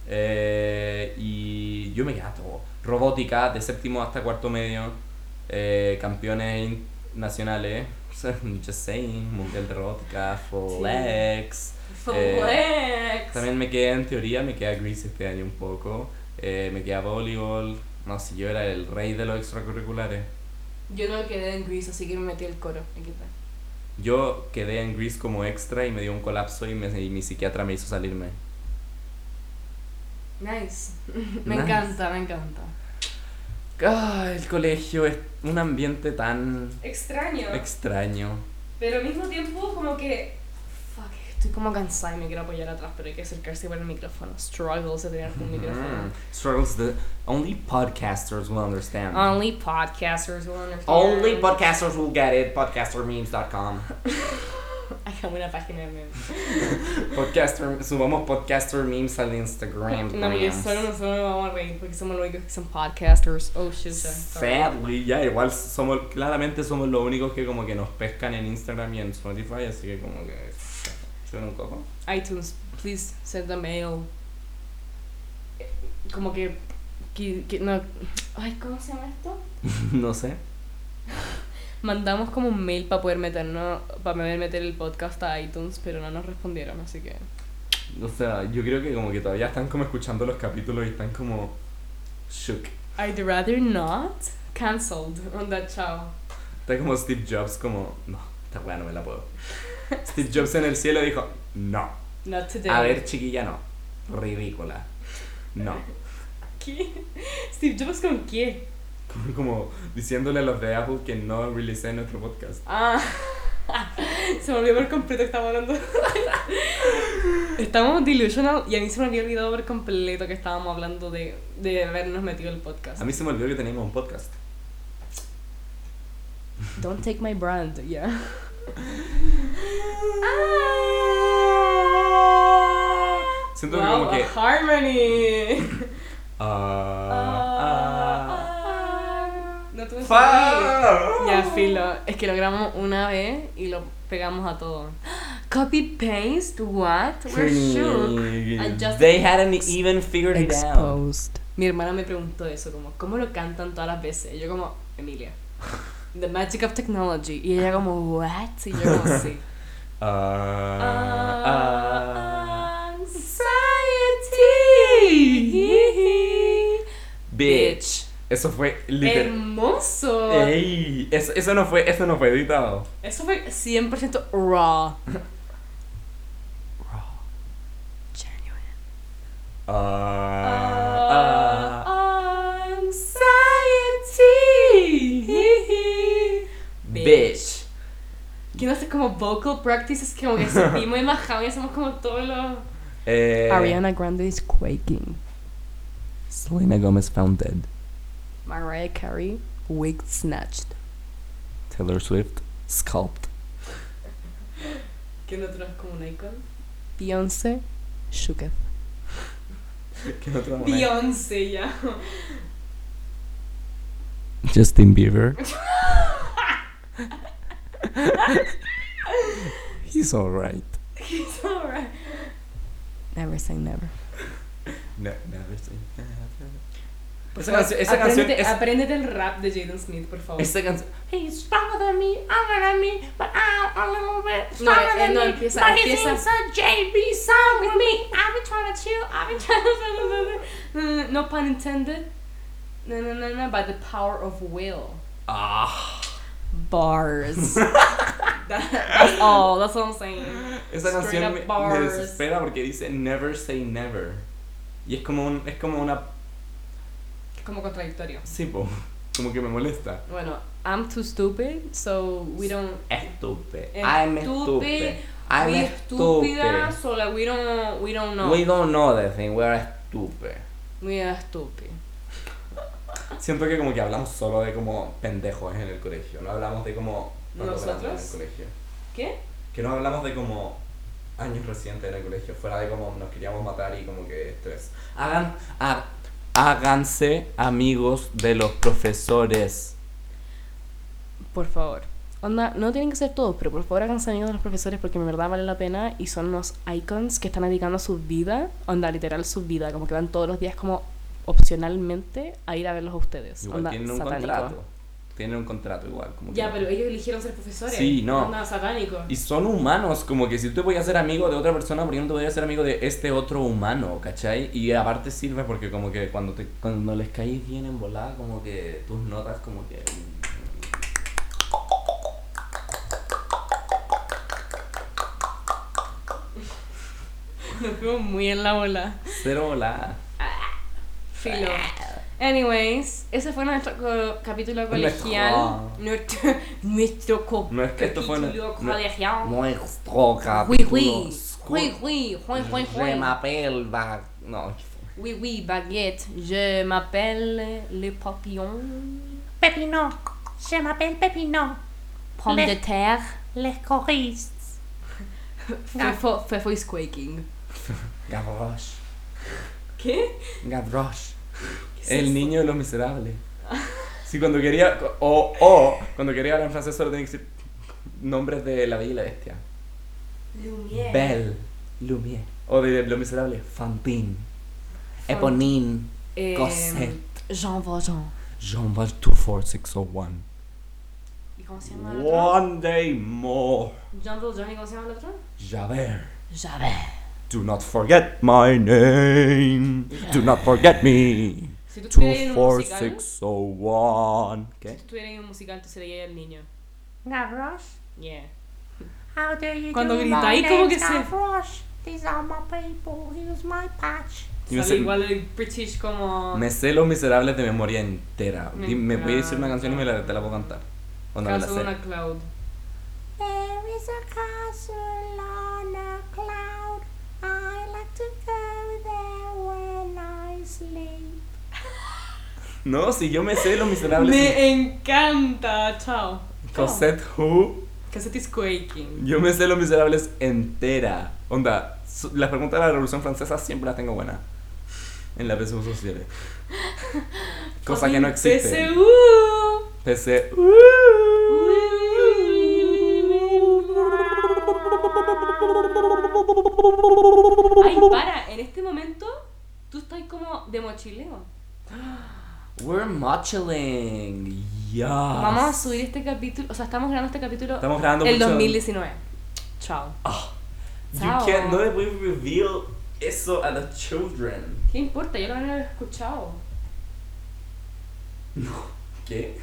Eh, y yo me quedaba todo. Robótica, de séptimo hasta cuarto medio. Eh, campeones in- nacionales. Just saying, Mundial de Robótica, Flex.
Flex.
eh, También me queda en teoría, me queda Grease este año un poco. Eh, me queda voleibol. No, si yo era el rey de los extracurriculares.
Yo no quedé en Grease, así que me metí el coro. Aquí está.
Yo quedé en Grease como extra y me dio un colapso y, me- y mi psiquiatra me hizo salirme.
Nice. me
Nice.
encanta, me encanta.
Ah, el colegio es un ambiente tan
Extraño.
extraño.
pero al mismo tiempo, como que. Fuck, estoy como cansada y me quiero apoyar atrás, pero hay que acercarse para el micrófono. Struggles de tener un micrófono.
Mm. Struggles that only podcasters will understand.
Only podcasters will understand.
Only podcasters will get it. Podcastermemes.com.
Hagamos una página de memes.
Podcaster, subamos podcaster memes al Instagram.
No, porque
grams.
solo nosotros nos vamos a reír porque somos los únicos que son podcasters. Oh shit, ya.
Sadly, ya igual somos, claramente somos los únicos que como que nos pescan en Instagram y en Spotify, así que como que suena un cojo.
iTunes, please send a mail. Como que, que- que no. Ay, ¿cómo se llama esto?
no sé.
Mandamos como un mail para poder meternos, para poder meter el podcast a iTunes, pero no nos respondieron, así que.
O sea, yo creo que como que todavía están como escuchando los capítulos y están como shook.
I'd rather not. Cancelled. Onda, chao.
Está como Steve Jobs como, no, esta weá no me la puedo. Steve Jobs en el cielo dijo, no.
Not today.
A ver, chiquilla, no. Ridícula. No.
¿Qué? Steve Jobs con qué?
Como, como diciéndole a los de Apple que no realicen nuestro podcast.
Ah. se me olvidó por completo que estamos hablando. Estábamos delusional y a mí se me había olvidado por completo que estábamos hablando de, de habernos metido el podcast.
A mí se me olvidó que teníamos un podcast.
Don't take my brand, yeah.
Siento que
Wow,
como que...
a harmony.
Uh,
Uh,
Ah,
Ah, No
uh,
tuve sonido.
Fuck.
Ya, filo. Es que lo grabamos una vez y lo pegamos a todo. Copy paste, what? We're shook. I just-
They hadn't even figured it out.
Mi hermana me preguntó eso, como, ¿cómo lo cantan todas las veces? Y yo como, Emilia. The magic of technology. Y ella como, what? Y yo como, sí. Uh,
Ah, ah,
Anxiety.
bitch. Eso fue literal. Eh.
Hermoso.
Ey, eso, eso no fue, eso no fue editado.
Eso fue 100% raw. Genuine.
Uh,
Uh,
Ah, ah,
Anxiety.
bitch.
¿Quién hace como vocal practices? Como que subimos y bajamos y hacemos como todos los.
Eh,
Grande is quaking.
Selena Gomez found dead.
Mariah Carey, wig snatched.
Taylor Swift scalped.
¿Quién otro es como un icon? Beyoncé, shooketh.
¿Qué otra moneda?
Beyoncé ya.
Justin Bieber. He's alright.
It's alright. Never say never.
No, never say never.
Por
Esa
favor,
canción- esa canción
apréndete-
es-
apréndete el rap de Jaden Smith, por favor.
Esta canción.
He's stronger than me, I'm than me, but I'm a little bit
No,
stronger
eh,
than
no,
me.
empieza-
but he
empieza-
sings a JB song with me. I've been trying to chill, I've been trying to.
No, no, no, no pun intended. No, no, no, no, by the power of will.
Ah,
Bars. That- that's all, that's what I'm saying.
esa
Straight
canción
up
me, me
bars.
desespera porque dice never say never. Y es como un, es como una
Como contradictorio.
Sí, po. como que me molesta.
Bueno, I'm too stupid, so we don't...
Estúpido. I'm
Estúpid,
estúpido. I'm
we estúpida,
estúpido.
so like we don't, we don't know.
We don't know the thing, we're stupid.
We are stupid.
Siento que como que hablamos solo de como pendejos en el colegio, no hablamos de como cuando
¿Nosotros?
éramos en el colegio.
¿Qué?
Que no hablamos de como años recientes en el colegio, fuera de como nos queríamos matar y como que estrés. Hagan, ha- háganse amigos de los profesores.
Por favor, Onda, no tienen que ser todos, pero por favor hagan amigos de los profesores porque en verdad vale la pena y son unos icons que están dedicando su vida, onda, literal su vida, como que van todos los días como opcionalmente a ir a verlos a ustedes.
Igual
onda,
tienen un
satánico.
contrato. Tienen un contrato igual. Como
Ya,
que-
pero ellos eligieron ser profesores.
Sí, no.
Onda, satánico.
Y son humanos, como que si tú te podías ser amigo de otra persona, ¿por qué no te podías ser amigo de este otro humano, cachai? Y aparte sirve porque como que cuando te cuando les caís bien en volada, como que tus notas como que...
Nos fuimos muy en la bola.
Cero volada.
Filo. Anyways, ese fue nuestro co- capítulo colegial. Nuestro, nuestro co-
No es que esto fue...
capítulo colegial.
Nuestro
Hui,
capítulo.
hui. Hui, hui. Hui, hui, hui.
Remapelva. No.
Oui, oui, baguette. Je m'appelle le papillon.
Pepino. Je m'appelle Pepino.
Pomme
Le-
de terre.
Les corris.
Fefo, fefo is quaking.
Gavroche.
¿Qué?
Gavroche. El niño de los miserables. Sí, cuando quería. O, o cuando quería hablar en francés solo tenía que decir nombres de La Bella y la Bestia. Lumière. Belle. Lumière. O de Los Miserables. Fantine. Eponine.
Eh,
Cosette.
Jean Valjean.
Jean Val 24601.
¿Y cómo se llama el otro?
One day more.
Jean Valjean, ¿y cómo se llama el otro?
Javert.
Javert.
Do not forget my name. Do not forget me.
Si tú estuvieras en un musical,
24601. ¿Qué?
si tú estuvieras en un musical, tú serías el niño.
Gavroche.
Yeah.
How do you
Cuando
do?
grita
My
ahí, como
name's
que se-
Gavroche. These are my people. Here's my patch.
Y me
Sale
sé-
igual el British como...
Me sé Los Miserables de memoria entera.
Me
Di- Me voy a decir una
encanta.
canción y me la, te la puedo cantar. O no me la
Caso
sé.
de una cloud.
There is a castle on a cloud. I like to go there when I sleep.
No, si yo me sé Los Miserables.
Me encanta. Chao.
Cosette Who.
Cassette is quaking.
Yo me sé Los Miserables entera. Onda, su- las preguntas de la Revolución Francesa siempre las tengo buenas. En la PSU Sociales. Cosa que no existe.
PSU.
PSU.
Uh. Ay, para, en este momento tú estás como de mochileo.
We're mochiling. Yes.
Vamos a subir este capítulo, o sea, estamos grabando este capítulo
Ah. Estamos grabando
el
mucho-
2019. Chao.
You
Chao.
can't, no we reveal eso a the children.
¿Qué importa? Ya lo van a haber escuchado.
¿Qué?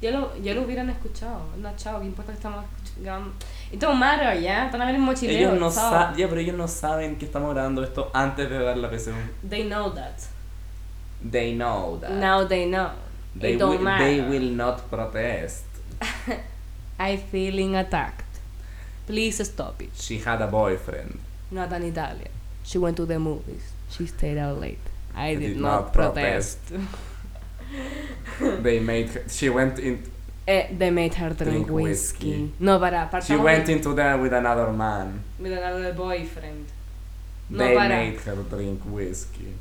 Ya lo, ya lo hubieran escuchado. No, chao, ¿qué importa que estamos grabando? It don't matter, ya. Están a ver el mochileo.
Ellos no
chao.
saben, ya, pero ellos no saben que estamos grabando esto antes de dar la PSU.
They know that.
They know that.
Now they know.
they,
It don't
will,
matter.
they will not protest.
I feeling attacked. Please stop it.
She had a boyfriend.
Not an Italian. She went to the movies. She stayed out late. I
I
did,
did
not,
not
protest.
They made her, she went in
Eh, they made her drink,
Drink
whiskey.
whiskey.
No, para, para.
she went into there with another man.
With another boyfriend. No,
They
para.
made her drink whiskey.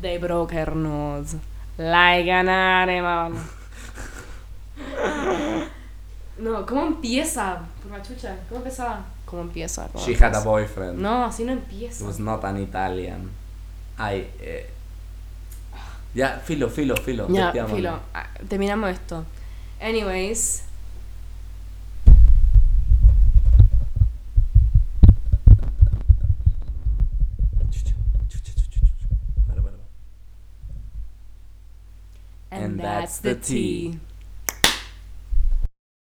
They broke her nose. Like an animal. no, ¿cómo empieza? Por machucha, ¿cómo empezaba? ¿Cómo empieza? ¿Cómo
She
empieza?
had a boyfriend.
cioè, No, así no
It
empieza.
was not an Italian. I eh. Ya, filo, filo, filo.
Ya,
despidámonos.
filo. ah, Terminamos esto. Anyways.
And that's the tea.